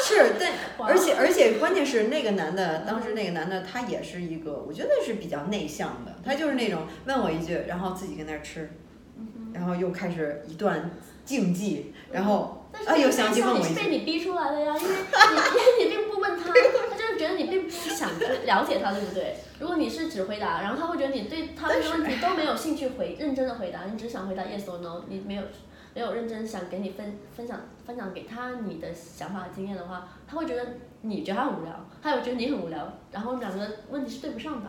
B: 是，但
A: 哇
B: 而且而且关键是那个男的，当时那个男的他也是一个，我觉得是比较内向的，他就是那种问我一句，然后自己跟那儿吃，
A: 嗯
B: 然后又开始一段竞技，然后
A: 但是
B: 啊
A: 你
B: 又想起问我
A: 你
B: 一
A: 是
B: 句，
A: 被你逼出来的呀，因为你因为你并不问他，他就是觉得你并不想了解他，对不对？如果你是只回答，然后他会觉得你对他
B: 但
A: 问
B: 是
A: 的问题都没有兴趣回认真的回答，你只想回答 yes or no，你没有没有认真想给你分分享分享给他你的想法经验的话，他会觉得你觉得他很无聊，他也觉得你很无聊，然后两个问题是对不上的。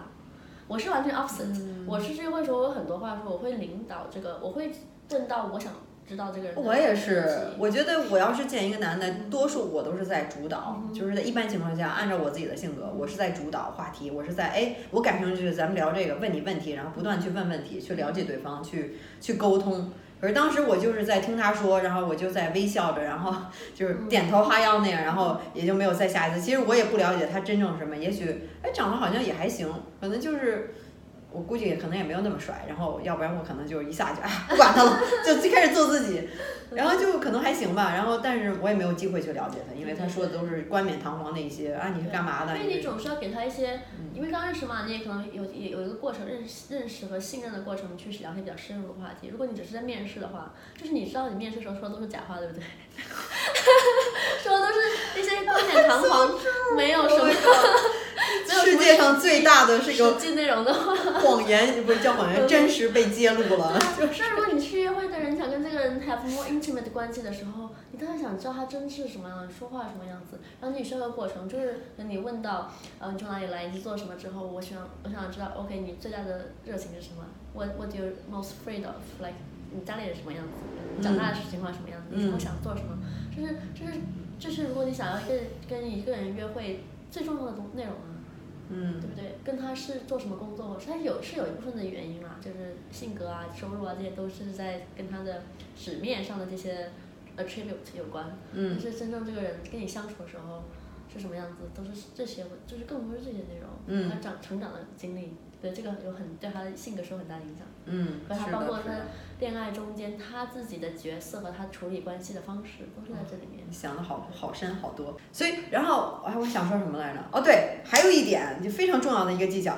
A: 我是完全 opposite，、我
B: 嗯
A: 是聚会时候我有很多话说，我会领导这个，我会问到我想知道这个人的
B: 我也是
A: 问题，
B: 我觉得我要是见一个男的，多数我都是在主导，
A: 嗯
B: 就是在一般情况下，按照我自己的性格，我是在主导话题，我是在哎，我感兴趣，咱们聊这个，问你问题，然后不断去问问题，去了解对方，去去沟通。可是当时我就是在听他说，然后我就在微笑着，然后就是
A: 嗯
B: 点头哈腰那样，然后也就没有再下一次。其实我也不了解他真正什么，也许哎长得好像也还行，可能就是我估计也可能也没有那么帅，然后要不然我可能就一下就哎不管他了， 就最开始做自己，
A: 嗯
B: 然后就可能还行吧。然后但是我也没有机会去了解他，因为他说的都是冠冕堂皇的一些啊你是干嘛的，
A: 因为
B: 你
A: 你
B: 是
A: 总是要给他一些，因为刚认识嘛，你也可能有也有一个过程认识认识和信任的过程，去聊些比较深入的话题。如果你只是在面试的话，就是你知道你面试的时候说的都是假话，对不 对？说的都是那些冠冕堂皇，没有什么 没有什
B: 世
A: 么
B: 界上最大的这个
A: 实际内容的话。
B: 谎言，不是叫
A: 嗯
B: 谎言，真实被揭露
A: 啊
B: 了。
A: 所以如果你去约会的人想跟这个人 have more intimate 关系的时候，你当然想知道他真是什么样的，说话什么样子。然后你需要个过程，就是等你问到，呃，你从哪里来，你是做什么之后，我想我想知道，OK，你最大的热情是什么？What What do you most afraid of？Like 你家里人什么样子？你长大的情况什么样子？你以后想做什么？就是就是就是，如果你想要跟跟一个人约会，最重要的东内容啊。
B: 嗯，
A: 对不对？跟他是做什么工作，他有是有一部分的原因啦，就是性格啊、收入啊，这些都是在跟他的纸面上的这些 attribute 有关。
B: 嗯
A: 但是真正这个人跟你相处的时候是什么样子，都是这些，就是更多是这些内容。
B: 嗯
A: 他长成长的经历，对这个有很对他的性格是有很大的影响。
B: 嗯，
A: 和他
B: 是
A: 包
B: 的
A: 括
B: 是
A: 他
B: 的
A: 恋爱中间他自己的角色和他处理关系的方式，都是在这里面。
B: 你想的好好深好多，所以然后哎，我想说什么来着？哦，对，还有一点就非常重要的一个技巧，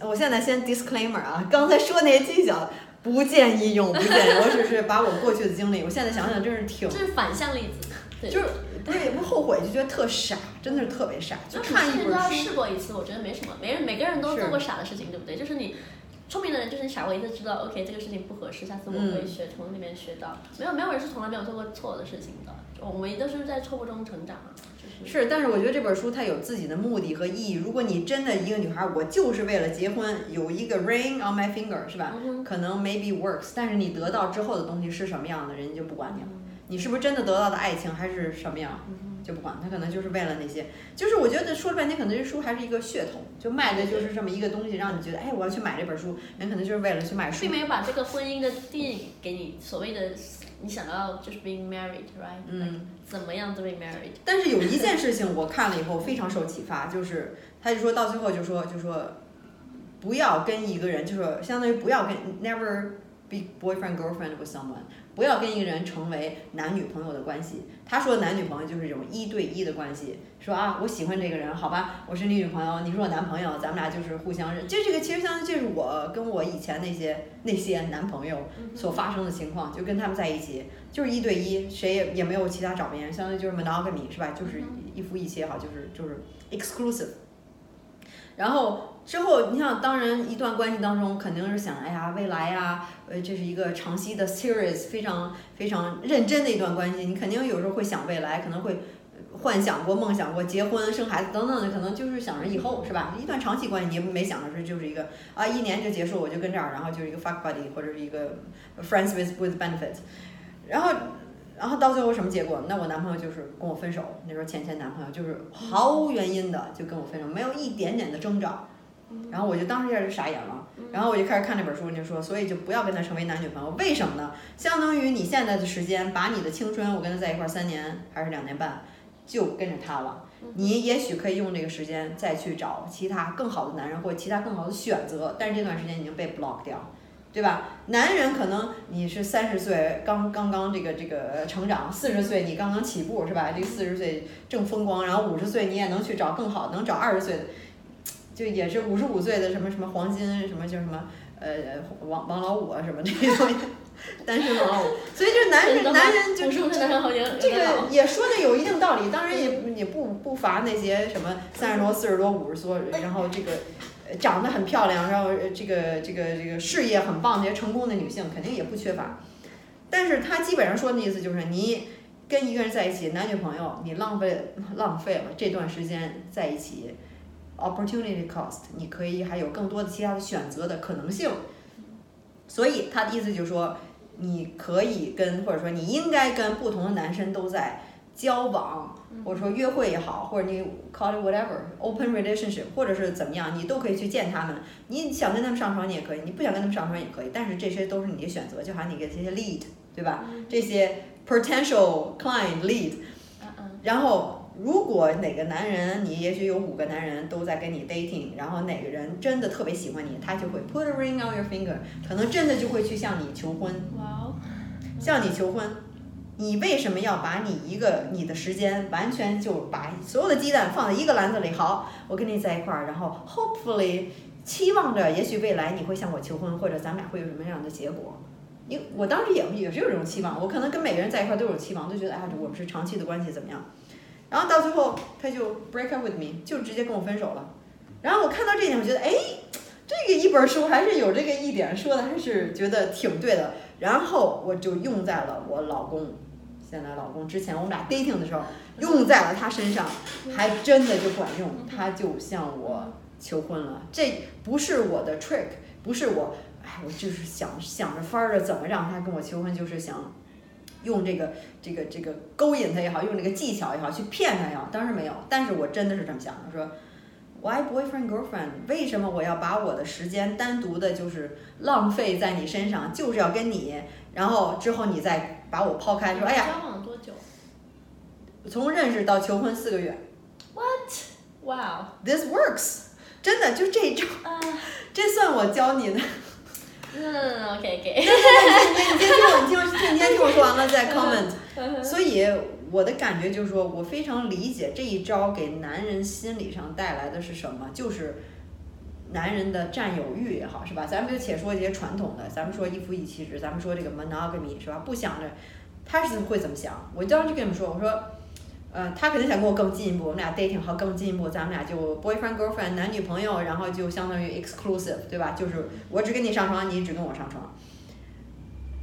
B: 呃我现在先 disclaimer 啊，刚才说那些技巧不建议用，不建议，我只是把我过去的经历，我现在想想真是挺，
A: 这是反向例子，对。
B: 就是不是也不后悔，就觉得特傻，真的是特别傻，就看一
A: 人
B: 本
A: 家
B: 书，
A: 试过一次，我觉得没什么，每人每个人都
B: 是
A: 做过傻的事情，对不对？就是你聪明的人，就是你傻过一次，知道 OK 这个事情不合适，下次我
B: 嗯
A: 会学、从里面学到。没有没有人是从来没有做过错的事情的，我们都是在错误中成长嘛，就是
B: 是，但是我觉得这本书它有自己的目的和意义。如果你真的一个女孩，我就是为了结婚，有一个 ring on my finger，是吧？啊可能 maybe works，但是你得啊
A: 嗯
B: 到之后的东西是什么样的，人家就不管你了。你是不是真的得到的爱情还是什么样？就不管他可能就是为了那些，就是我觉得说了半天，可能这书还是一个噱头，就卖的就是这么一个东西，让你觉得哎，我要去买这本书，人可能就是为了去买书
A: 啊并。没有把这个婚姻的定义给你所谓的你想要就是 being married right，
B: 嗯
A: Like，怎么样 doing married，
B: 但是有一件事情我看了以后非常受启发，就是他就说到最后就说就说不要跟一个人，就说相当于不要跟 never be boyfriend girlfriend with someone，不要跟一个人成为男女朋友的关系。他说男女朋友就是这种一对一的关系，说啊我喜欢这个人，好吧，我是你女朋友，你是我男朋友，咱们俩就是互相认。就这个其实相当于就是我跟我以前那些那些男朋友所发生的情况，就跟他们在一起就是一对一，谁也也没有其他找别人，相当于就是 monogamy 是吧？就是一夫一妻也好，就是就是 exclusive。然后之后，你想，当然一段关系当中肯定是想，哎呀，未来呀、呃，这是一个长期的 series，非常非常认真的一段关系，你肯定有时候会想未来，可能会呃幻想过、梦想过结婚、生孩子等等的，可能就是想着以后是吧？一段长期关系，你也没想着是就是一个啊，一年就结束，我就跟这儿，然后就是一个 fuck buddy 或者是一个 friends with with benefits，然后。然后到最后什么结果？那我男朋友就是跟我分手，那时候前前男朋友就是毫无原因的就跟我分手，没有一点点的征兆。然后我就当时一下就傻眼了，然后我就开始看这本书，就说，所以就不要跟他成为男女朋友，为什么呢？相当于你现在的时间，把你的青春，我跟他在一块儿三年还是两年半，就跟着他了。你也许可以用这个时间再去找其他更好的男人或其他更好的选择，但是这段时间已经被 block 掉，对吧？男人可能你是三十岁刚刚刚这个这个成长，四十岁你刚刚起步是吧？这四十岁正风光，然后五十岁你也能去找更好，能找二十岁的，就也是五十五岁的什么什么黄金什么叫什么呃王王老五啊什么这些东西， 单身王老五，所以就是男人男人就
A: 五十五岁的人好像有
B: 这
A: 点老
B: 个也说的有一定道理，当然也也不不乏那些什么三十多、四十多、五十多，然后这个呃长得很漂亮，然后呃这个这个这个事业很棒的、成功的女性肯定也不缺乏。但是他基本上说的意思就是，你跟一个人在一起，男女朋友，你浪费 浪费了这段时间在一起，opportunity cost，你可以还有更多的其他的选择的可能性。所以他的意思就是说，你可以跟或者说你应该跟不同的男生都在交往，或者说约会也好，或者你 call it whatever open relationship，或者是怎么样，你都可以去见他们。你想跟他们上床你也可以，你不想跟他们上床也可以，但是这些都是你的选择，就好像你给这些 lead，对吧？这些 potential client lead，
A: 嗯嗯
B: 然后，如果哪个男人，你也许有五个男人都在跟你 dating，然后哪个人真的特别喜欢你，他就会 put a ring on your finger，可能真的就会去向你求婚，
A: 哇哦，
B: 向你求婚。你为什么要把你一个你的时间完全就把所有的鸡蛋放在一个篮子里？好，我跟你在一块儿，然后 hopefully 期望着，也许未来你会向我求婚，或者咱们俩会有什么样的结果？因为我当时也也是有这种期望，我可能跟每个人在一块儿都有期望，都觉得啊，我们是长期的关系怎么样？然后到最后他就 break up with me，就直接跟我分手了。然后我看到这一点，我觉得哎，这个一本书还是有这个一点说的，还是觉得挺对的。然后我就用在了我老公，现在老公之前我们俩 dating 的时候，用在了他身上，还真的就管用，他就向我求婚了。这不是我的 trick，不是我，哎，我就是想想着法儿的怎么让他跟我求婚，就是想用这个这个这个勾引他也好，用这个技巧也好，去骗他也好，当然没有，但是我真的是这么想的，说 why boyfriend girlfriend，为什么我要把我的时间单独的就是浪费在你身上，就是要跟你，然后之后你再把我抛开，说哎呀，
A: 交往了多久
B: 从认识到求婚四个月啊
A: ？Wow，
B: ，this works，真的就这招，
A: 啊，
B: 这算我教你的。
A: 嗯，OK OK，
B: 你先听我，你听我，你先听我说完了再 comment。所以我的感觉就是说，我非常理解这一招给男人心理上带来的是什么，就是男人的占有欲也好，是吧？咱们就且说这些传统的，咱们说一夫一妻制，咱们说这个 monogamy 是吧？不想着他是会怎么想？我当时就跟你们说，我说。呃，他肯定想跟我更进一步，我们俩 dating 好更进一步，咱们俩就 boyfriend girlfriend 男女朋友，然后就相当于 exclusive，对吧？就是我只跟你上床，你只跟我上床。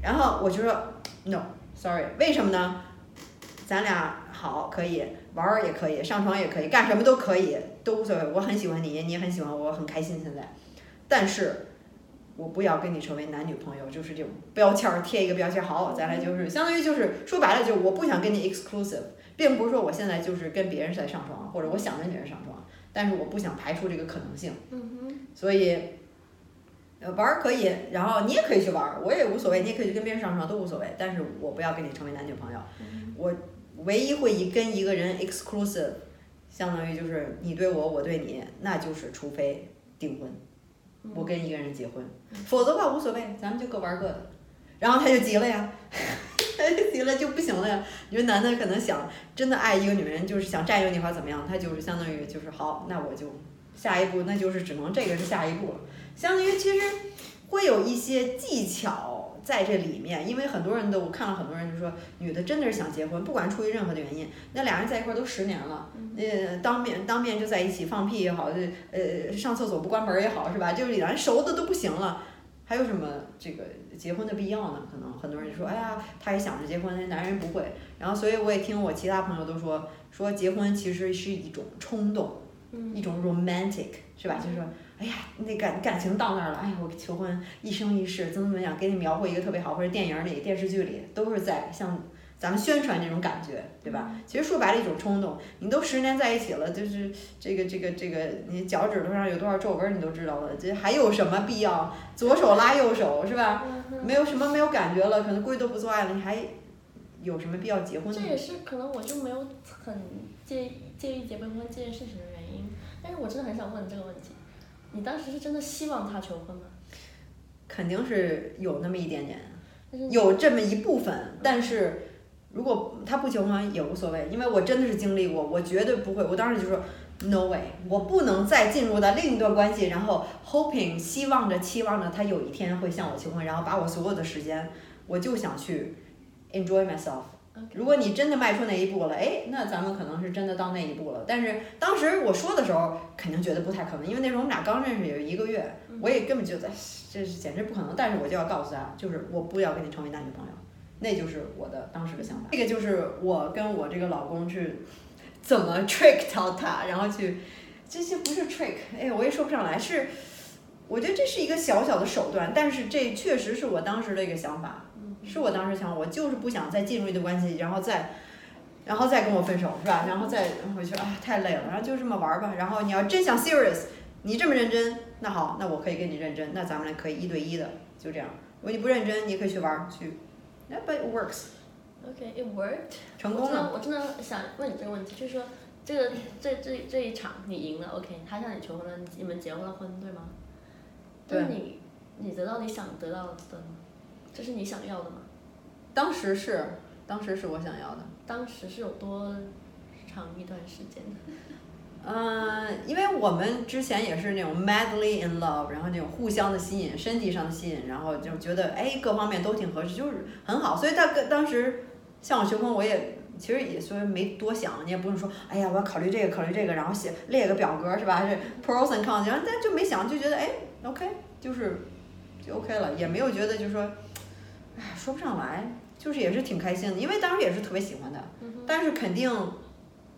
B: 然后我就说 no，sorry，为什么呢？咱俩好可以玩儿也可以，上床也可以，干什么都可以，都无所谓。我很喜欢你，你也很喜欢我，很开心现在。但是，我不要跟你成为男女朋友，就是这种标签儿贴一个标签儿。好，咱俩就是相当于就是说白了，就是我不想跟你 exclusive，并不是说我现在就是跟别人在上床，或者我想跟别人上床，但是我不想排除这个可能性。
A: 嗯
B: 所以，呃，玩儿可以，然后你也可以去玩儿，我也无所谓，你也可以去跟别人上床都无所谓，但是我不要跟你成为男女朋友。
A: 哼，
B: 我唯一会以跟一个人 exclusive，相当于就是你对我，我对你，那就是除非订婚，我跟一个人结婚，否则的话无所谓，咱们就各玩各的。然后他就急了呀， 他就急了就不行了呀。你说男的可能想真的爱一个女人，就是想占有你或者怎么样，他就是相当于就是好，那我就下一步那就是只能这个是下一步了，相当于其实会有一些技巧在这里面，因为很多人都我看了很多人就说女的真的是想结婚，不管出于任何的原因，那俩人在一块儿都十年了，呃，当面当面就在一起放屁也好，这呃上厕所不关门儿也好，是吧？就是俩人熟的都不行了。还有什么这个结婚的必要呢？可能很多人就说，哎呀，他也想着结婚，男人不会。然后，所以我也听我其他朋友都说，说结婚其实是一种冲动，
A: 嗯
B: 一种 romantic 是吧？就是说，哎呀，那感感情到那儿了，哎呀，我求婚一生一世，怎么怎么样，给你描绘一个特别好，或者电影里、电视剧里都是在像咱们宣传这种感觉，对吧？其实说白了，一种冲动。你都十年在一起了，就是这个这个这个，你脚趾头上有多少皱纹你都知道了，这还有什么必要？左手拉右手是吧？
A: 嗯哼
B: 没有什么没有感觉了，可能估计都不做爱了，你还有什么必要结婚呢
A: 这？也是可能我就没有很介意介意结不结婚这件事情的原因，但是我真的很想问你这个问题，你当时是真的希望他求婚吗？
B: 肯定是有那么一点点。
A: 但是你
B: 有这么一部分，但是如果他不求婚也无所谓，因为我真的是经历过，我绝对不会，我当时就说 no way，我不能再进入到另一段关系，然后 hoping 希望着期望着他有一天会向我求婚，然后把我所有的时间，我就想去 enjoy myself。
A: OK
B: 如果你真的迈出那一步了，哎，那咱们可能是真的到那一步了。但是当时我说的时候，肯定觉得不太可能，因为那时候我们俩刚认识有一个月，我也根本觉得哎这是简直不可能。但是我就要告诉他，就是我不要跟你成为男女朋友，那就是我的当时的想法。这个就是我跟我这个老公去怎么 trick 到他，然后去，这些不是 trick，哎，我也说不上来，是我觉得这是一个小小的手段，但是这确实是我当时的一个想法。是我当时想，我就是不想再进入一段关系，然后再，然后再跟我分手，是吧？然后再回去啊，太累了，然后就这么玩儿吧。然后你要真想 serious，你这么认真，那好，那我可以跟你认真，那咱们俩可以一对一的，就这样。如果你不认真，你也可以去玩儿去。那 but it works，
A: OK it worked，
B: 成功了。
A: 我真的我真的想问你这个问题，就是说这个这这这一场你赢了，OK，他向你求婚了，你你们结过了婚对吗？
B: 对
A: 那你你得到你想得到的吗？这是你想要的吗？
B: 当时是，当时是我想要的。
A: 当时是有多长一段时间的？
B: 嗯，因为我们之前也是那种 madly in love，然后那种互相的吸引，身体上的吸引，然后就觉得哎各方面都挺合适，就是很好。所以他跟当时向我求婚，我也其实也说没多想，你也不用说哎呀我要考虑这个考虑这个，然后写列个表格是吧？是 pros and cons，然后但就没想就觉得哎 OK 就是就 OK 了，也没有觉得就是说哎说不上来，就是也是挺开心的，因为当时也是特别喜欢的。但是肯定，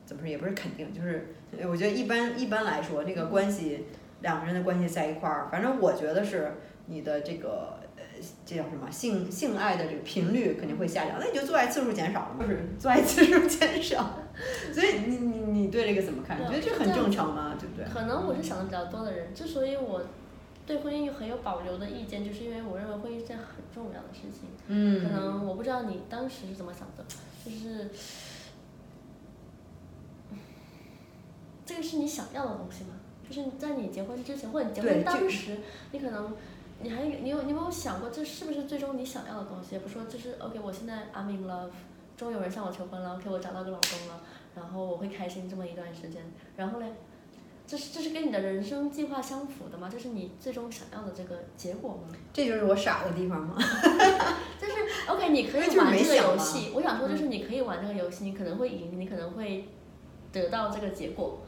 B: 怎么说也不是肯定，就是呃我觉得一般一般来说，这个关系两个人的关系在一块儿，反正我觉得是你的这个呃这叫什么性性爱的这个频率肯定会下降，那你就做爱次数减少了嘛， 就是做爱次数减少。所以你你你对这个怎么看？你觉得这很正常吗？对不对？
A: 可能我是想的比较多的人，之所以我对婚姻有很有保留的意见，就是因为我认为婚姻是件很重要的事情。可
B: 嗯，
A: 能我不知道你当时是怎么想的，就是这个是你想要的东西吗？就是在你结婚之前，或者你结
B: 对
A: 婚
B: 这
A: 当时，你可能你还有你有你有没有想过，这是不是最终你想要的东西？也不说就是 OK，我现在 I'm in love，终于有人向我求婚了，OK，我找到个老公了，然后我会开心这么一段时间，然后嘞。这是这是跟你的人生计划相符的吗？这是你最终想要的这个结果吗？
B: 这就是我傻的地方嘛。
A: 就是 OK，你可
B: 因为
A: 以
B: 就是
A: 玩
B: 没
A: 这个
B: 想
A: 游
B: 嘛
A: 戏。我想说，就是你可以玩这个游戏，你可能会赢，你可能会得到这个结果。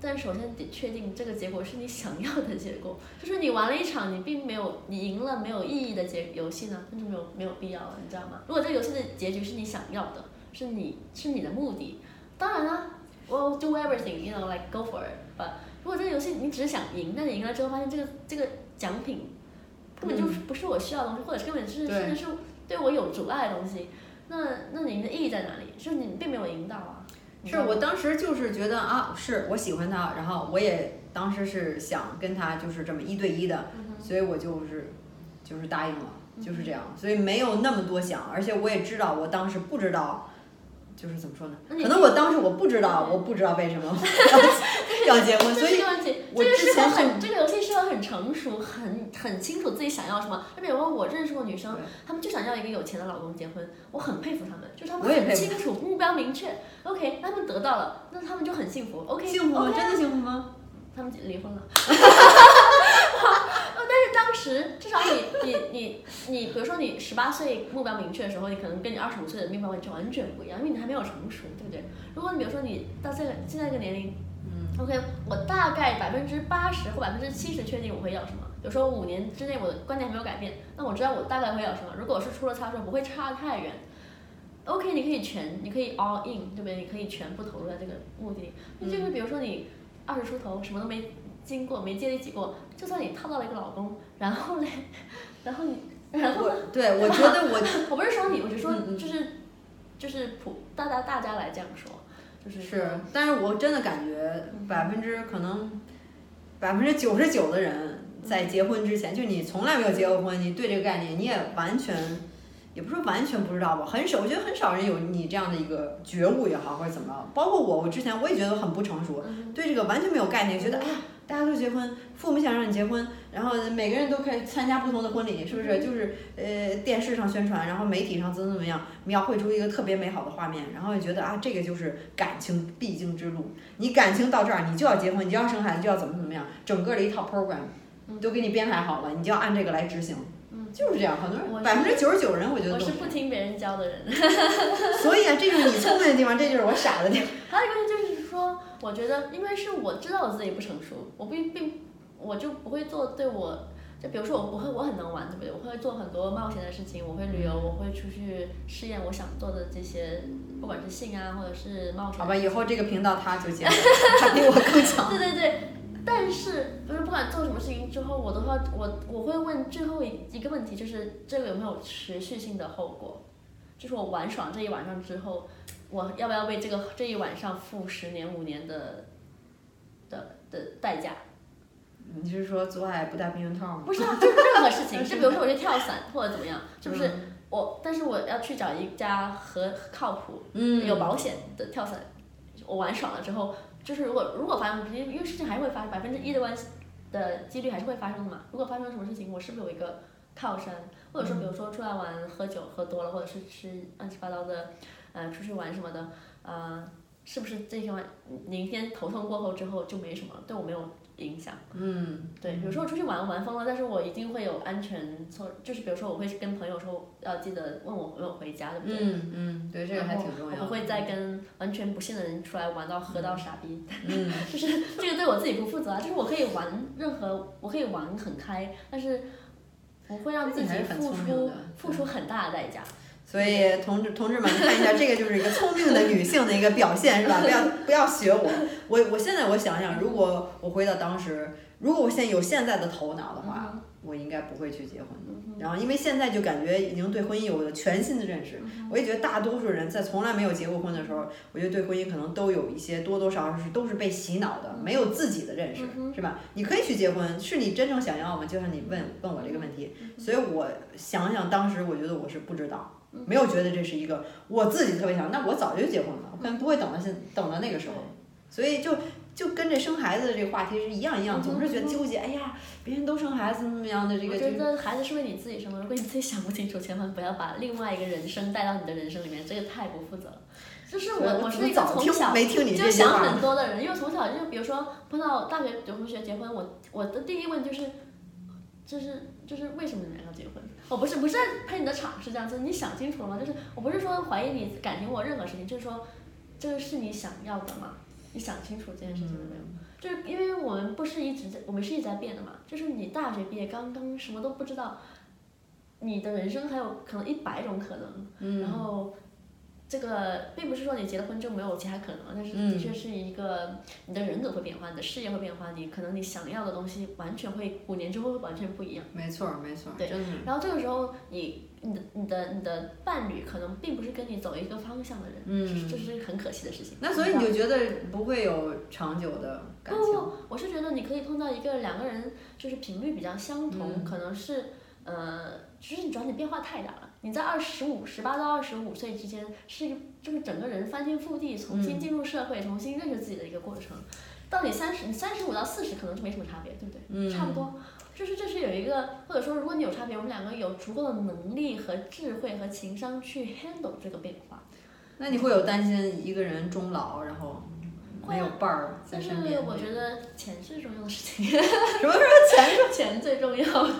A: 但首先得确定这个结果是你想要的结果，就是你玩了一场你并没有你赢了没有意义的结游戏呢，那就没有没有必要了，你知道吗？如果这个游戏的结局是你想要的，是你是你的目的，当然啦、w e l l do everything you know like go for it。But 如果这个游戏你只是想赢，那你赢了之后发现这个这个奖品根
B: 嗯
A: 本就是不是我需要的东西，或者根本是甚至是对我有阻碍的东西，那那你的意义在哪里？是你并没有引导啊。你知
B: 是
A: 道吗
B: 我当时就是觉得啊，是我喜欢他，然后我也当时是想跟他就是这么一对一的，
A: 嗯哼
B: 所以我就是就是答应了，就是这
A: 嗯
B: 样，所以没有那么多想，而且我也知道我当时不知道。就是怎么说呢？
A: 那你嗯
B: 可能我当时我不知道，我不知道为什么 我要要结婚，
A: 这
B: 所
A: 是
B: 以
A: 一个问题，
B: 我
A: 这个
B: 之
A: 是
B: 前
A: 很
B: 是
A: 很这个游戏是要很成熟，很很清楚自己想要什么。而且我我认识过女生
B: 对，
A: 她们就想要一个有钱的老公结婚，我很佩服她们，就是她们
B: 我也
A: 很
B: 佩服
A: 清楚目标明确。OK，那她们得到了， 那她们就很幸福。OK，
B: 幸福吗？
A: OK 啊
B: 真的幸福吗？
A: 他们离婚了。 哦但是当时至少你你你你，比如说你十八岁目标明确的时候，你可能跟你二十五岁的目标完全完全不一样，因为你还没有成熟，对不对？如果你比如说你到这个现在这个年龄，
B: 嗯
A: ，OK，我大概百分之八十或百分之七十确定我会要什么。比如说五年之内我的观念还没有改变，那我知道我大概会要什么。如果是出了差错，不会差太远。OK，你可以全，你可以 all in，对不对？你可以全部投入在这个目的里。那就是比如说你二十出头，什么都没经过，没接触过，就算你套到了一个老公，然后嘞，然后你，然后
B: 我对我觉得我
A: 我不是说你，我就说
B: 嗯嗯
A: 就是就是普大家大家来这样说，就是
B: 是，但是我真的感觉
A: 嗯
B: 百分之可能百分之九十九的人在结婚之
A: 嗯
B: 前，就你从来没有结过婚，你对这个概念你也完全，也不是完全不知道吧，很少，我觉得很少人有你这样的一个觉悟也好，或者怎么着，包括我，我之前我也觉得很不成熟，
A: 嗯
B: 对这个完全没有概念，觉得哎呀，大家都结婚，父母想让你结婚，然后每个人都可以参加不同的婚礼，是不是？
A: 嗯
B: 就是呃，电视上宣传，然后媒体上怎么怎么样，描绘出一个特别美好的画面，然后也觉得啊，这个就是感情必经之路。你感情到这儿，你就要结婚，你就要生孩子，你就要怎么怎么样，整个的一套 program
A: 嗯
B: 都给你编排好了，你就要按这个来执行。
A: 嗯
B: 就是这样，很多
A: 我
B: 人
A: 是
B: 百分之九十九人，我觉得
A: 我
B: 都
A: 是不听别人教的人。
B: 所以啊，这就是你聪明的地方，这就是我傻的地 方。
A: 还有一个问题就是说，我觉得因为是我知道我自己不成熟，我并并我就不会做对我，就比如说我我会我很能玩，对不对？我会做很多冒险的事情，我会旅游，
B: 嗯
A: 我会出去试验我想做的这些，不管是性啊或者是冒险。
B: 好吧，以后这个频道他就结婚， 他比我更强。
A: 对对对，但是就是不管做什么事情之后，我都要我我会问最后一一个问题，就是这个有没有持续性的后果？就是我玩爽这一晚上之后，我要不要为这个这一晚上付十年五年的的的代价？
B: 你是说做爱不戴避孕套吗？
A: 不是啊，就是任何事情，就比如说我去跳伞或者怎么样，是不是？我但是我要去找一家和靠谱
B: 嗯，
A: 有保险的跳伞，我玩爽了之后，就是如果如果发生，因为事情还会发生，百分之一的关系的几率还是会发生的嘛。如果发生什么事情，我是不是有一个靠山？或者说，比
B: 嗯
A: 如说出来玩，喝酒喝多了，或者是吃乱七八糟的，呃，出去玩什么的，呃，是不是这些玩明天头痛过后之后就没什么，对我没有影响？
B: 嗯，
A: 对，比如说我出去玩玩疯了，但是我一定会有安全措，就是比如说我会跟朋友说要记得问我有没有回家，对不对？
B: 嗯嗯，对，这个还挺重要
A: 我
B: 的。
A: 不会再跟完全不信的人出来玩到喝到傻逼，
B: 嗯，
A: 就是这个对我自己不负责啊。就是我可以玩任何，我可以玩很开，但是我会让自己
B: 那你还是很
A: 付
B: 聪明
A: 出
B: 的
A: 付出很大的代价。
B: 所以同志同志们看一下，这个就是一个聪明的女性的一个表现，是吧？不要不要学我，我我现在我想想，如果我回到当时，如果我现在有现在的头脑的话，
A: 嗯
B: 我应该不会去结婚的。
A: 哼
B: 然后因为现在就感觉已经对婚姻有了全新的认识，
A: 嗯
B: 我也觉得大多数人在从来没有结过婚的时候，我觉得对婚姻可能都有一些多多少少是都是被洗脑的，没有自己的认识
A: 嗯，哼
B: 是吧？你可以去结婚，是你真正想要吗？就像你问问我这个问题，
A: 嗯
B: 所以我想想当时我觉得我是不知道。
A: 嗯
B: 没有觉得这是一个我自己特别想，那我早就结婚了，我可
A: 嗯
B: 能不会等到现等到那个时候，所以就就跟这生孩子的这个话题是一样一样，
A: 嗯哼
B: 总是觉得纠结，哎呀，别人都生孩子怎么样的这
A: 我
B: 个就
A: 觉
B: 是
A: 得孩子是为你自己生的，如果你自己想不清楚，千万不要把另外一个人生带到你的人生里面，这个太不负责了。就是
B: 所以
A: 我，我
B: 怎
A: 是
B: 么
A: 一个
B: 早
A: 从
B: 听
A: 小
B: 没听你
A: 就
B: 这句
A: 想
B: 话
A: 很，多的人，因为从小就比如说碰到大学有同学结婚，我我的第一问就是，就是就是为什么你们要结婚？我不是不是喷你的场是这样，就是你想清楚了吗？就是我不是说怀疑你感情或任何事情，就是说这个是你想要的吗？你想清楚这件事情了没有？
B: 嗯
A: 就是因为我们不是一直在，我们是一直在变的嘛。就是你大学毕业刚刚什么都不知道，你的人生还有可能一百种可能，然
B: 嗯，
A: 后这个并不是说你结了婚就没有其他可能，但是
B: 嗯
A: 的确是一个你的人格会变化，你的事业会变化，你可能你想要的东西完全会五年之后会完全不一样。
B: 没错儿，没错儿，
A: 对
B: 真的
A: 然后这个时候你，你的、你的、你的伴侣可能并不是跟你走一个方向的人，
B: 嗯
A: 这是很可惜的事情。
B: 那所以你就觉得不会有长久的感
A: 不不
B: 情，
A: 不，我是觉得你可以碰到一个两个人就是频率比较相同，
B: 嗯
A: 可能是呃，就是你主要你变化太大了。你在二十五、十八到二十五岁之间，是一个就是整个人翻天覆地，重
B: 嗯
A: 新进入社会，重新认识自己的一个过程。到你三十，你三十五到四十可能就没什么差别，对不对？
B: 嗯，
A: 差不多。就是这是有一个，或者说如果你有差别，我们两个有足够的能力和智慧和情商去 handle 这个变化。
B: 那你会有担心一个人终老，然后没有伴儿在
A: 但是
B: 身边？
A: 啊我觉得钱是重要的事情，
B: 什么时候 钱？
A: 钱最重要。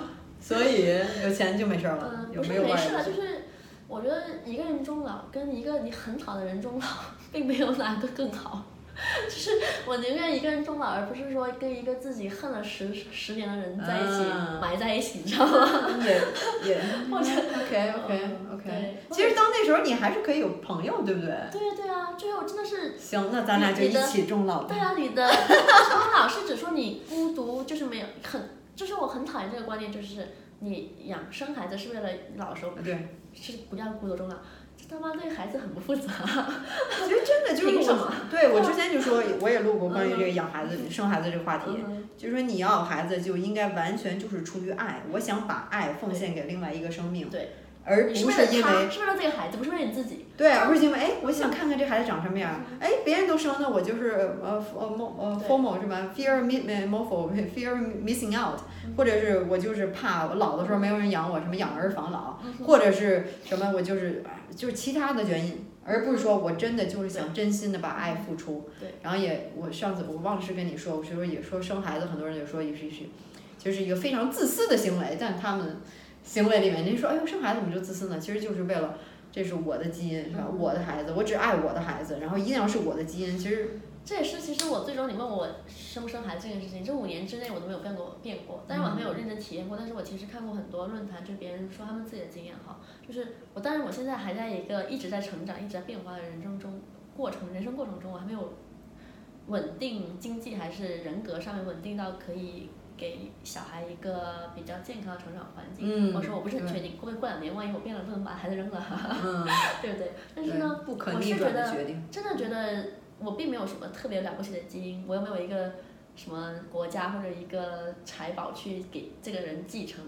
B: 所以有钱就没事儿了，
A: 嗯，
B: 有
A: 不是
B: 没有
A: 没
B: 伴
A: 事了，
B: 儿？
A: 就是我觉得一个人终老跟一个你很好的人终老，并没有哪个更好。 就是我宁愿一个人终老，而不是说跟一个自己恨了十十年的人在一起、
B: 啊
A: 埋在一起，你知道吗？
B: 也也
A: 或者
B: OK OK
A: 嗯
B: OK。
A: 对，
B: 其实到那时候你还是可以有朋友，对不对？
A: 对对啊，最后真的是
B: 行，那咱俩就一起终老吧。
A: 对啊，你的终老是指说你孤独，就是没有很，就是我很讨厌这个观念，就是你养生孩子是为了老时候
B: 对，
A: 是不要孤独终老，这他妈对孩子很不负责。啊
B: 其实真的就是
A: 凭什
B: 我嗯
A: 么，
B: 对我之前就 说，我也录过关于这个养孩 子、生孩子这个话题，
A: 嗯
B: 就说你要有孩子就应该完全就是出于爱，我想把爱奉献给另外一个生命，
A: 对，
B: 而不
A: 嗯你是
B: 是
A: 为了
B: 因为
A: 他，是为了这个孩子，不是为了你自啊己。
B: 对，而不是因为哎，我想看看这孩子长什么样儿，哎，别人都生了，我就是呃呃 mo 呃
A: 对
B: formal 是吧？fear mi 呃 morpho fear missing out，
A: 嗯
B: 或者是我就是怕我老的时候没有人养我，什么养儿防老，
A: 嗯
B: 或者是什么我就是哎就是其他的原因，而不是说我真的就是想真心的把爱付出。
A: 对，
B: 然后也我上次我忘了是跟你说，我就说也说生孩子，很多人也说也是是，就是一个非常自私的行为，但他们行为里面，您说哎呦生孩子怎么就自私呢？其实就是为了。这是我的基因，是吧？
A: 嗯
B: 我的孩子，我只爱我的孩子，然后一定要是我的基因。其实，
A: 这也是其实我最终你问我生不生孩子这件事情，这五年之内我都没有变过变过，但是我还没有
B: 嗯
A: 认真体验过。但是我其实看过很多论坛，就是别人说他们自己的经验哈，就是我当然我现在还在一个一直在成长、一直在变化的人生中过程，人生过程中我还没有稳定经济还是人格上面稳定到可以给小孩一个比较健康的成长环境。
B: 嗯，
A: 我说我不是很确定，会不会过两年万一我变了，不能把孩子扔了，
B: 嗯，
A: 对不对？但是呢，
B: 对，不可
A: 我
B: 逆
A: 是
B: 转
A: 觉
B: 的
A: 得
B: 决定。
A: 真的觉得我并没有什么特别了不起的基因，我又没有一个什么国家或者一个财宝去给这个人继承，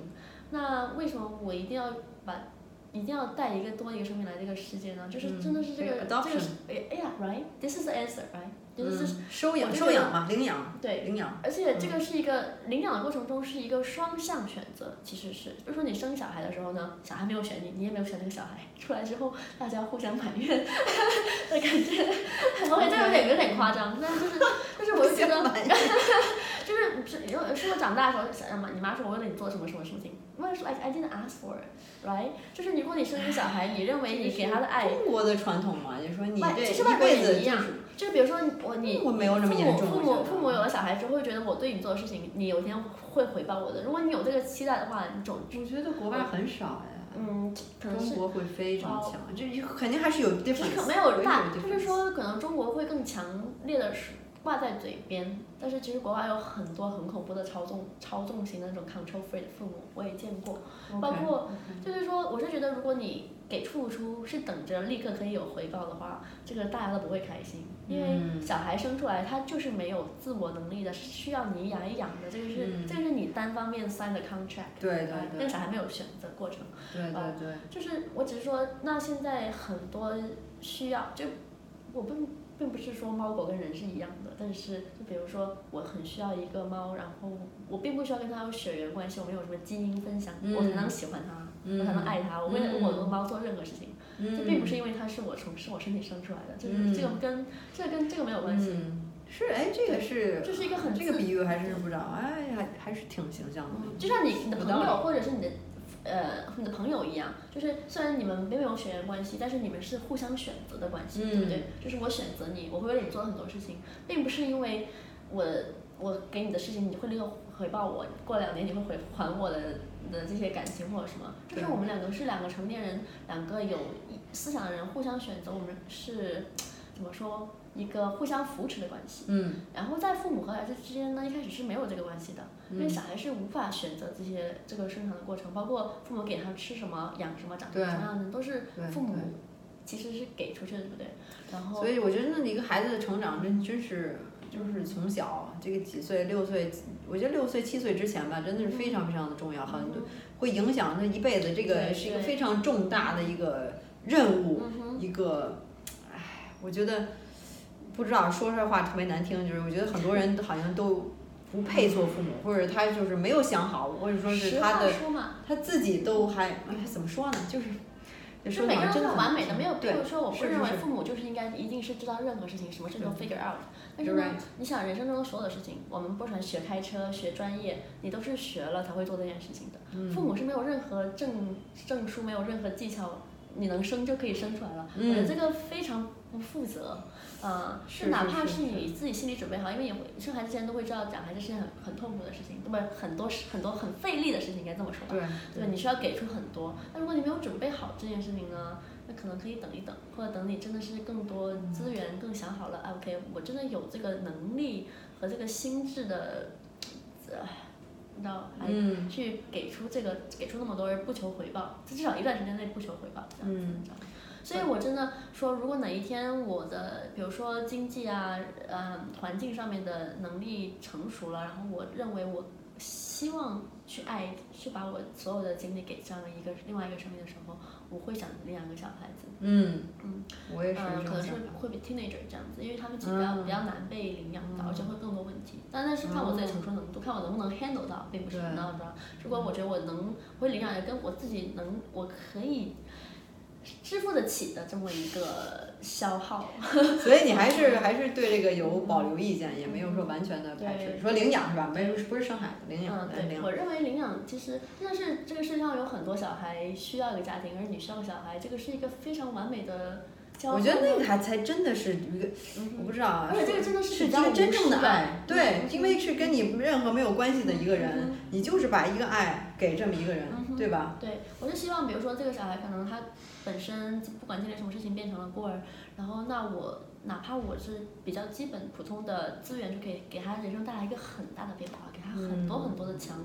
A: 那为什么我一定要把一定要带一个多一个生命来这个世界呢？就是
B: 嗯
A: 真的是这个、
B: 对
A: 这个
B: adoption
A: 是哎哎呀，right，this is the answer，right，就是、
B: 嗯，收
A: 我
B: 养
A: 就
B: 收
A: 觉
B: 养嘛，领养
A: 对。
B: 领养。
A: 而且这个是一个领养的过程中是一个双向选择，其实是，就是说你生小孩的时候呢，小孩没有选你，你也没有选那个小孩，出来之后大家互相埋怨的感觉，OK，这个有点有点夸张，但是就是就是我就 觉得 就是是有是我长大的时候想让妈你妈说我为了你做什么什么事情，我也说哎 I I didn't ask for it，right？就是如果你生一个小孩，你认为你给他的爱。
B: 中国的传统嘛，就说你
A: 外
B: 这
A: 其实外
B: 一
A: 国
B: 辈
A: 也
B: 子
A: 一
B: 就
A: 样
B: 是
A: 就是比如说我你
B: 中国没有那么严重
A: 父母父
B: 我觉
A: 母
B: 得
A: 父母有了小孩之后，会觉得我对你做的事情，你有一天会回报我的。如果你有这个期待的话，你总
B: 我觉得国外很少呀，
A: 嗯，可能
B: 中
A: 是
B: 国会非常强，这肯定还是有
A: 就
B: difference，
A: 是可没有大，就是说可能中国会更强烈的是挂在嘴边，但是其实国外有很多很恐怖的操纵操纵型的那种 control freak 的父母，我也见过。包括
B: 嗯
A: 就是说，我是觉得如果你给付出是等着立刻可以有回报的话，这个大家都不会开心，因为
B: 嗯
A: 小孩生出来他就是没有自我能力的，是需要你养一养的，这个是、
B: 嗯
A: 这个是你单方面 sign 的 contract，
B: 对对
A: 那
B: 对
A: 个
B: 对
A: 小孩没有选择过程。
B: 对
A: 啊
B: 对，
A: 就是我只是说，那现在很多需要，就我并并不是说猫狗跟人是一样的，但是就比如说我很需要一个猫，然后我并不需要跟它有血缘关系，我们有什么基因分享，
B: 嗯
A: 我才能喜欢它，我才能爱它，我为了
B: 嗯
A: 我的猫做任何事情，这
B: 嗯
A: 并不是因为它是我从是我身体生出来的，就是
B: 嗯
A: 这个跟这个跟这个没有关系，
B: 嗯，是哎，这个是
A: 这是一个很
B: 这个
A: 自
B: 比喻还是不知道，哎呀，还是挺形象的。
A: 就像你你的朋
B: 有
A: 友
B: 道
A: 或者是你的呃你的朋友一样，就是虽然你们没有血缘关系，但是你们是互相选择的关系，对不对？就是我选择你，我会为了你做很多事情，并不是因为我我给你的事情你会立刻回报我，过两年你会回还我的的这些感情或者什么。但是
B: 对
A: 我们两个是两个成年人，两个有一思想的人互相选择，我们是怎么说一个互相扶持的关系。
B: 嗯
A: 然后在父母和孩子之间呢，一开始是没有这个关系的，
B: 嗯
A: 因为小孩是无法选择这些这个生长的过程，包括父母给他吃什么、养什么、长成
B: 对
A: 什么样的，都是
B: 对
A: 父母
B: 对
A: 其实是给出去的，对不对？然后
B: 所以我觉得那一个孩子的成长真真是就是从小这个几岁六岁，我觉得六岁七岁之前吧，真的是
A: 嗯
B: 非常非常的重要，很多会影响他一辈子。这个
A: 对
B: 是一个
A: 对
B: 非常重大的一个任务，
A: 嗯哼，
B: 一个，唉，我觉得不知道说出来话特别难听，就是我觉得很多人好像都不配做父母，或者他就是没有想好，或者说是
A: 实
B: 他
A: 话
B: 的
A: 说嘛，
B: 他自己都还哎呀怎么说呢，就是。这
A: 就
B: 说
A: 每
B: 起
A: 个
B: 来
A: 人都是
B: 真的
A: 很
B: 很
A: 完美的，没有
B: 对
A: 或者说我不
B: 是
A: 认为
B: 是是
A: 父母就是应该一定是知道任何事情，什么事情都 figure out。但是
B: 对
A: 呢，你想人生中的所有的事情，我们不管学开车、学专业，你都是学了才会做这件事情的。
B: 嗯
A: 父母是没有任何证证书，没有任何技巧，你能生就可以生出来了。
B: 嗯
A: 我觉得这个非常不负责，呃，
B: 是
A: 哪
B: 是
A: 怕
B: 是
A: 是你自己心理准备好，因为你会生孩子之前都会知道，养孩子是件很很痛苦的事情，不是很多很多很费力的事情，应该这么说吧。
B: 对
A: 对，你需要给出很多。那如果你没有准备好这件事情呢，那可能可以等一等，或者等你真的是更多资源更想好了，哎，OK，我真的有这个能力和这个心智的，呃，你知道，还
B: 嗯，
A: 去给出这个给出那么多，而不求回报，至少一段时间内不求回报，这样子，
B: 嗯
A: 你知道吗？所以，我真的说，如果哪一天我的，比如说经济啊，呃，环境上面的能力成熟了，然后我认为我希望去爱，去把我所有的精力给这样的一个另外一个生命的时候，我会想领养个小孩子，
B: 嗯
A: 嗯，
B: 我也是
A: 嗯，
B: 这
A: 可
B: 种
A: 能
B: 想
A: 是
B: 法。
A: 会比 teenager 这样子，因为他们其实比较、
B: 嗯
A: 比较难被领养到，
B: 嗯
A: 而且会更多问题。但但是看我自己
B: 哦
A: 承受能度，看我能不能 handle 到，并不是
B: 对
A: 能到的。如果我觉得我能，我会领养一个跟我自己能，我可以支付得起的这么一个消耗。
B: 所以你还是还是对这个有保留意见，也没有说完全的排斥。
A: 嗯对
B: 说领养是吧？没有不是生孩子，领养
A: 嗯，
B: 的领
A: 对，
B: 养。
A: 我认为领养其实真的是这个世界上有很多小孩需要一个家庭，而你需要个小孩，这个是一个非常完美的交
B: 我
A: 换
B: 觉
A: 的。
B: 得那个还才真的是一个，
A: 嗯
B: 我
A: 哼
B: 不知道啊
A: 而，且这个真的
B: 是
A: 比
B: 一
A: 较
B: 个真
A: 无
B: 正的
A: 私的
B: 爱，对，
A: 嗯
B: 因为是跟你任何没有关系的一个人
A: 嗯，
B: 你就是把一个爱给这么一个人
A: 嗯，哼
B: 对吧？
A: 对，我就希望，比如说这个小孩可能他本身不管经历什么事情变成了孤儿，然后那我哪怕我是比较基本普通的资源，就可以给他人生带来一个很大的变化，给他很多很多的强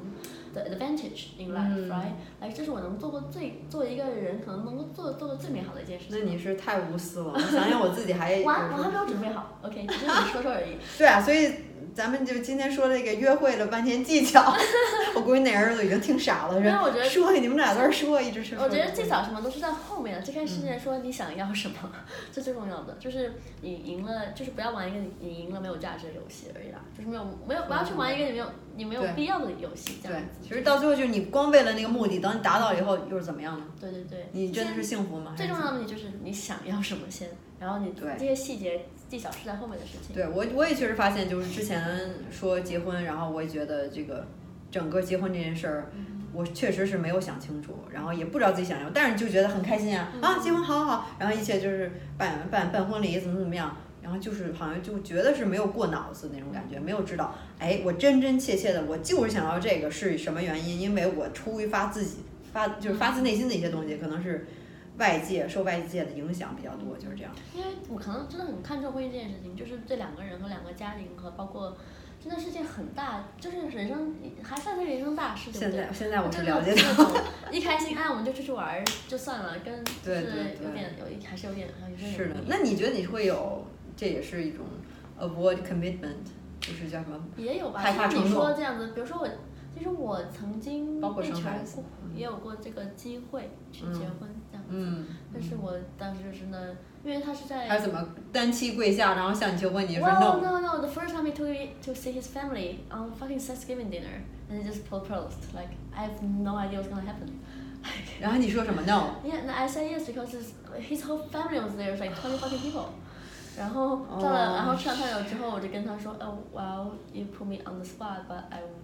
A: 的 advantage in life，right？、
B: 嗯
A: 哎，这是我能做过最作为一个人可能能够做做的最美好的一件事
B: 那
A: 情。
B: 你哎是太无私了，我想想我自己还有
A: 我还我还
B: 时候
A: 没有准备好，OK，只是
B: 嗯
A: 你说说而已。
B: 对啊，所以咱们就今天说这个约会了半天技巧， 我估计那儿子已经听傻了，
A: 因
B: 是
A: 为
B: 吧
A: 我觉得
B: 说你们俩在这儿说，一直是嗯说。
A: 我觉得技巧什么都是在后面的，最开始说你想要什么， 这最重要的，就是你赢了，就是不要玩一个你你赢了没有价值的游戏而已啦，就是没有没有不要去玩一个你没有你没有
B: 对
A: 必要的游戏这样
B: 对，
A: 子。
B: 其实到最后就是你光为了那个目的，等你达到以后又是怎么样呢？
A: 对对对，
B: 你真的是幸福吗？
A: 最重
B: 还
A: 要
B: 是
A: 的问题就是你想要什么先，然后你
B: 对
A: 这些细节技巧是在后面的事情。
B: 对我我也确实发现，就是之前说结婚，然后我也觉得这个整个结婚这件事儿，
A: 嗯
B: 我确实是没有想清楚，然后也不知道自己想要，但是就觉得很开心啊、
A: 嗯
B: 啊，结婚好好好，然后一切就是办办办婚礼怎么怎么样。然后就是好像就觉得是没有过脑子那种感觉，没有知道，哎，我真真切切的，我就是想要这个是什么原因？因为我出于发自己发就是发自内心的一些东西，可能是外界受外界的影响比较多，就是这样。
A: 因为我可能真的很看重婚姻这件事情，就是这两个人和两个家庭和包括，真的是件很大，就是人生还算是人生大事，对不
B: 现
A: 对？
B: 在现在我是
A: 真
B: 了
A: 的
B: 解
A: 是
B: 到
A: 那种一开心，哎，我们就出去玩儿就算了，跟就
B: 对
A: 是
B: 对对
A: 有点有一还是有点有点
B: 是的，那你觉得你会有，这也是一种 avoid commitment，就是叫什么？
A: 也有吧。
B: 害怕
A: 像你
B: 承诺
A: 说这样子，比如说我，其实我曾经
B: 包括
A: 被
B: 生
A: 求
B: 孩子
A: 过，也有过这个机会去结婚这样子，
B: 嗯，
A: 但是我当时真的，因为他是在
B: 还是怎么单膝跪下，然后向你求婚，你就说
A: Well, no,
B: no，
A: no. The first time he took me to see his family on fucking Thanksgiving dinner, and he just proposed. Like I have no idea what's gonna happen.
B: 然后你说什么 no？
A: Yeah, and I said yes because his, his whole family was there, it was like twenty fucking people. 然后到了然后吃完饭了之后，我就跟他说，哦、w e l l you put me on the spot, but I, won't-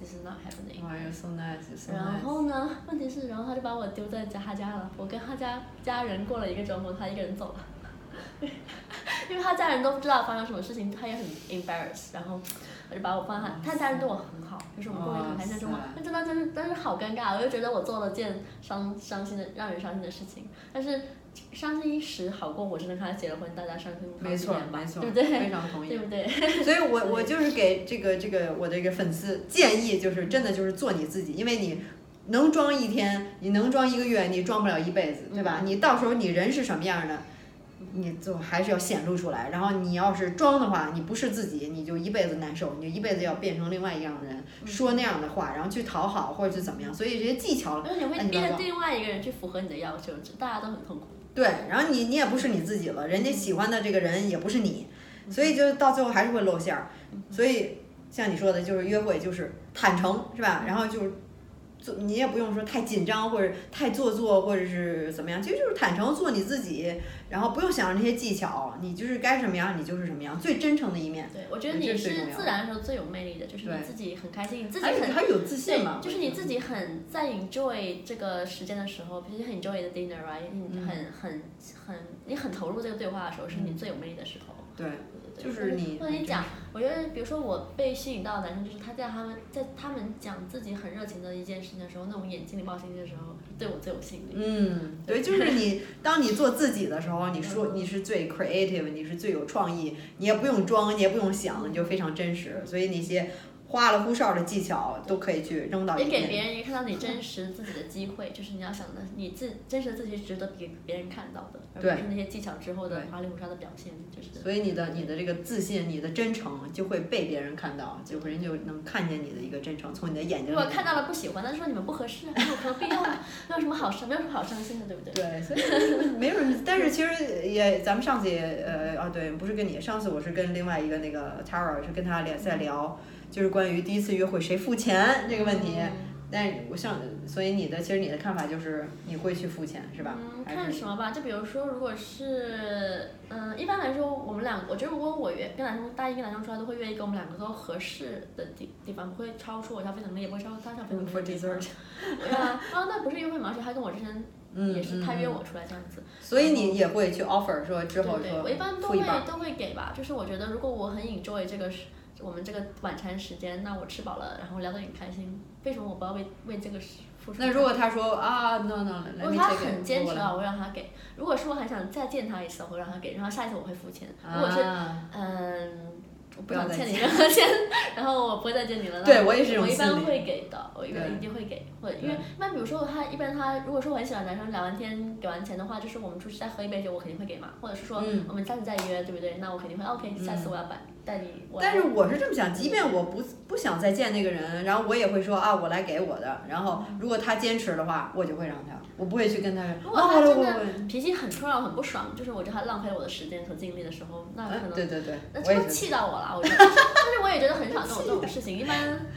A: this is not happening.
B: 哇，you're so nice，so
A: 然
B: nice。
A: 后呢，问题是，然后他就把我丢在家他家了，我跟他家家人过了一个周末，他一个人走了。 因为他家人都不知道发生什么事情，他也很 embarrass，然后我就把我放下。他家人对我很好，就是我们过得也很开心，但是我
B: 哇塞
A: 但真的真是但是好尴尬，我就觉得我做了件伤伤心的让人伤心的事情，但是伤心一时好过我真的跟他结了婚，大家伤心好
B: 没
A: 几
B: 错
A: 年吧，
B: 没错，
A: 对不对？
B: 非常同
A: 对
B: 意。哎
A: 不对？
B: 所以我我就是给这个这个我的一个粉丝建议，就是真的就是做你自己，因为你。能装一天，你能装一个月，你装不了一辈子，对吧？你到时候你人是什么样的，你就还是要显露出来。然后你要是装的话，你不是自己，你就一辈子难受，你就一辈子要变成另外一样的人，
A: 嗯
B: 说那样的话，然后去讨好或者是怎么样。所以这些技巧，
A: 而且你
B: 那
A: 会
B: 你要
A: 逼
B: 做
A: 着另外一个人去符合你的要求，这大家都很痛苦。
B: 对，然后你你也不是你自己了，人家喜欢的这个人也不是你，所以就到最后还是会露馅儿。所以像你说的，就是约会就是坦诚，是吧？然后就是做，你也不用说太紧张或者太做作或者是怎么样，其实就是坦诚做你自己，然后不用想那些技巧，你就是该什么样你就是什么样，最真诚的一面。
A: 对，我觉得
B: 嗯这
A: 你
B: 是最
A: 是
B: 重要
A: 自
B: 的
A: 然的时候最有魅力的，就是
B: 对
A: 你自己很开心，你自己
B: 还有
A: 很
B: 还有自信嘛
A: 对，，就是你自己很在 enjoy 这个时间的时候，比如很 enjoy 的 dinner right，你
B: 嗯
A: 很很很你很投入这个对话的时候，是你
B: 嗯
A: 最有魅力的时候。
B: 对，
A: 对对对
B: 就是你
A: 或者你讲，我觉得比如说我被吸引到的男生，就是他在他们在他们讲自己很热情的一件事情的时候，那种眼睛里冒星星的时候，是对我最有吸引力。
B: 嗯，对，就是你，当你做自己的时候，你说你是最 creative，你是最有创意，你也不用装，你也不用想，你就非常真实。所以那些花里胡哨的技巧都可以去扔到
A: 也
B: 一
A: 给
B: 边。
A: 别人一个看到你真实自己的机会，就是你要想的，你自真实的自己是值得给别人看到的，而
B: 对
A: 不是那些技巧之后的
B: 对
A: 花里胡哨的表现，就是
B: 所以你的你的这个自信，你的真诚就会被别人看到，就会人就能看见你的一个真诚，从你的眼睛
A: 如
B: 里
A: 果
B: 面
A: 看到了不喜欢，那就说你们不合适啊，有何必要呢？没有什么好伤，没有什么好伤心的，对不对？
B: 对，所以就是没有什么，但是其实也，咱们上次也呃啊，对，不是跟你，上次我是跟另外一个那个 Tara 是跟他俩在聊，就是关于第一次约会谁付钱这个问题。
A: 嗯
B: 但我想，所以你的其实你的看法就是你会去付钱是吧？
A: 嗯，
B: 还
A: 看
B: 是
A: 什么吧。就比如说，如果是嗯，一般来说，我们两个，我觉得如果我约跟男生大一跟男生出来，都会约一个我们两个都合适的地地方，不会超出我消费能力，也不会超出他消费能力
B: 嗯 For
A: 的地方。对啊，啊，那不是约会嘛？而且他跟我之前
B: 嗯，
A: 也是他约
B: 嗯，
A: 我出来这样子。
B: 所以你也会去 offer 说之
A: 对
B: 后
A: 对，我
B: 说
A: 一般都
B: 付
A: 会
B: 一半
A: 都会给吧。就是我觉得，如果我很 enjoy 这个时我们这个晚餐时间，那我吃饱了，然后聊得很开心，为什么我不要为为这个事付出代价？
B: 那如果他说啊 no no，
A: 如
B: 来
A: 果
B: 你
A: 他
B: 这个
A: 很坚
B: 我
A: 持
B: 来
A: 啊，我会让他给。如果是我很想再见他一次，我会让他给，然后下一次我会付钱。如果是
B: 啊，
A: 嗯，我
B: 不
A: 不
B: 要
A: 想
B: 再
A: 欠你
B: 见
A: 任何钱， 然后我不会再见你了。那
B: 对我也是这
A: 我一
B: 种心
A: 般
B: 理。
A: 会给的，我一般
B: 对
A: 一定会给，会因
B: 对
A: 为那比如说他一般他如果说我很喜欢男生，聊完天给完钱的话，就是我们出去再喝一杯酒，我肯定会给嘛，或者是说
B: 嗯
A: 我们下次再约，对不对？那我肯定会 OK，下次
B: 嗯
A: 我要把带你，我
B: 但
A: 来
B: 是我是这么想，即便我不不想再见那个人，然后我也会说啊，我来给我的。然后如果他坚持的话，我就会让他，我不会去跟他说。
A: 嗯如果
B: 啊
A: 他
B: 我来
A: 真
B: 我
A: 的嗯
B: 我
A: 脾气很冲让我很不爽，就是我觉得他浪费我的时间和精力的时候，那可
B: 嗯，
A: 能
B: 对对对
A: 那，
B: 我
A: 这
B: 也
A: 都呃
B: 是。
A: 气到我了，我 觉得，但是我也觉得很少这种这种事情。一般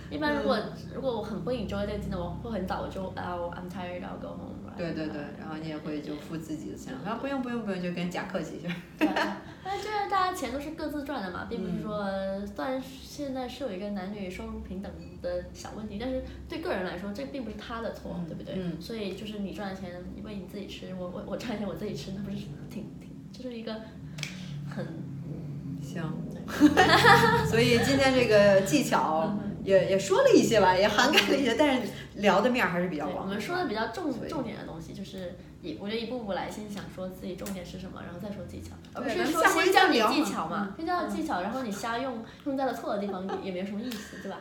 A: 一般，如果
B: 嗯
A: 如果我很不 enjoy 这个真的，我会很早我就啊，我 I'm tired, I'll go home。
B: 对对对，然后你也会就付自己的钱，然后不用不用不用，就跟假客气一下。
A: 对啊。但是就是大家钱都是各自赚的嘛，并不是说，
B: 嗯
A: 虽然现在是有一个男女收入平等的小问题，但是对个人来说，这并不是他的错，对不对？
B: 嗯，
A: 所以就是你赚的钱，你为你自己吃，我我我赚的钱我自己吃，那不是挺挺，这是一个很
B: 行。 所以今天这个技巧
A: 嗯
B: 也也说了一些吧，也涵盖了一些，但是聊的面儿还是比较
A: 对，我
B: 广。
A: 们说的比较重
B: 所以
A: 重点的东西，就是一我觉得一步步来，先想说自己重点是什么，然后再说技巧，而不
B: 对
A: 是
B: 咱们
A: 说
B: 下回
A: 先
B: 再
A: 教你
B: 聊
A: 技
B: 嘛嗯
A: 巧嘛，先教你技巧，然后你瞎用，用在了错的地方也也没什么意思， 对吧？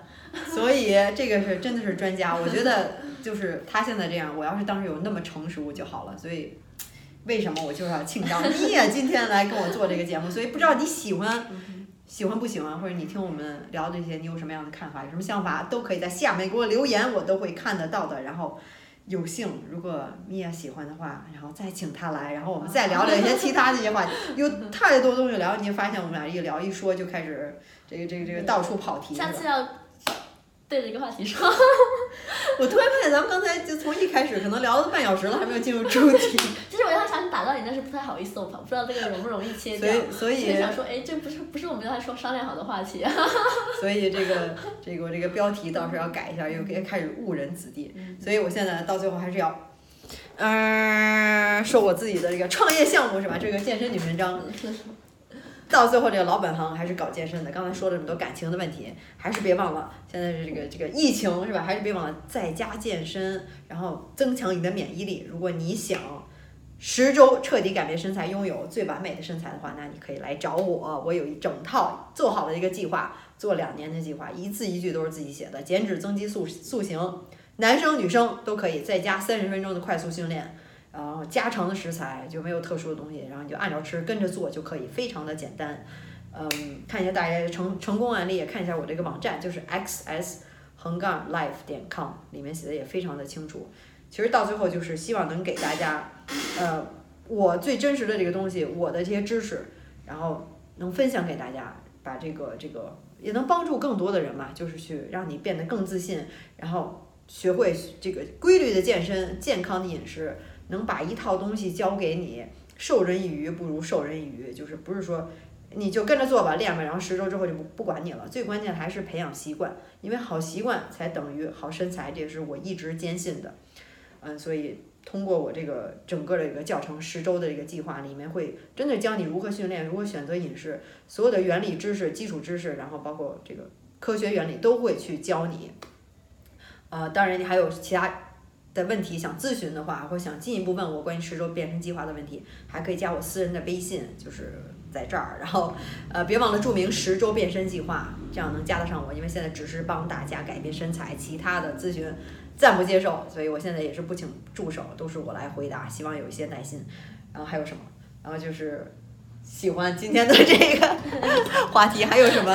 B: 所以这个是真的是专家，我觉得就是他现在这样，我要是当时有那么成熟就好了。所以。为什么我就是要庆张？你也今天来跟我做这个节目，所以不知道你喜欢喜欢不喜欢，或者你听我们聊这些，你有什么样的看法，有什么想法，都可以在下面给我留言，我都会看得到的。然后有幸如果米娅喜欢的话，然后再请她来，然后我们再聊聊一些其他的一些话题，有太多东西聊。你就发现我们俩一聊一说就开始这个这个这个到处跑题。
A: 下
B: 是吧
A: 次要对着一个话题说，
B: 我突然发现咱们刚才就从一开始可能聊了半小时了，还没有进入主 题，
A: 其实我要想打断你，但是不太好意思，我不知道这个容不容易切
B: 所
A: 掉。
B: 以所
A: 就
B: 以
A: 想说，哎，这不是不是我们刚才说商量好的话题啊？
B: 所以这个这个我这个标题到时候要改一下，又开始误人子弟。所以我现在到最后还是要，呃嗯、说我自己的这个创业项目是吧？这个健身女文章，到最后这个老本行还是搞健身的。刚才说了这么多感情的问题，还是别忘了，现在是这个这个疫情是吧？还是别忘了在家健身，然后增强你的免疫力。如果你想十周彻底改变身材，拥有最完美的身材的话，那你可以来找我，我有一整套做好了一个计划，做两年的计划，一字一句都是自己写的，减脂增肌塑塑形。男生女生都可以，在家三十分钟的快速训练，然后家常的食材就没有特殊的东西，然后你就按照吃跟着做就可以，非常的简单。嗯，看一下大家的成成功案例，也看一下我这个网站，就是 xs 横杠 life 点 com，里面写的也非常的清楚。其实到最后就是希望能给大家，呃，我最真实的这个东西，我的这些知识，然后能分享给大家，把这个这个也能帮助更多的人嘛，就是去让你变得更自信，然后。学会这个规律的健身、健康的饮食，能把一套东西教给你，授人以鱼不如授人以渔，就是不是说你就跟着做吧，练吧，然后十周之后就不不管你了。最关键还是培养习惯，因为好习惯才等于好身材，这也是我一直坚信的。嗯，所以通过我这个整个的一个教程十周的一个计划，里面会真的教你如何训练、如何选择饮食，所有的原理知识、基础知识，然后包括这个科学原理都会去教你。呃，当然你还有其他的问题想咨询的话，或想进一步问我关于十周变身计划的问题，还可以加我私人的微信，就是在这儿。然后呃，别忘了注明十周变身计划，这样能加得上我，因为现在只是帮大家改变身材，其他的咨询暂不接受，所以我现在也是不请助手，都是我来回答，希望有一些耐心。然后还有什么？然后就是。喜欢今天的这个 话题，还有什么？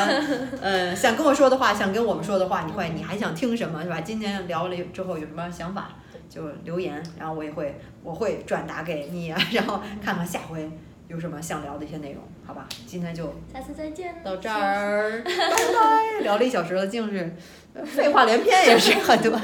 B: 呃，想跟我说的话，想跟我们说的话，你会，你还想听什么，是吧？今天聊了之后有什么想法，就留言，然后我也会，我会转达给你，啊 然后看看下回有什么想聊的一些内容，好吧？今天就
A: 下次再见。
B: 到这 呃儿，拜拜。聊了一小时了，竟是废话连篇，也是很多。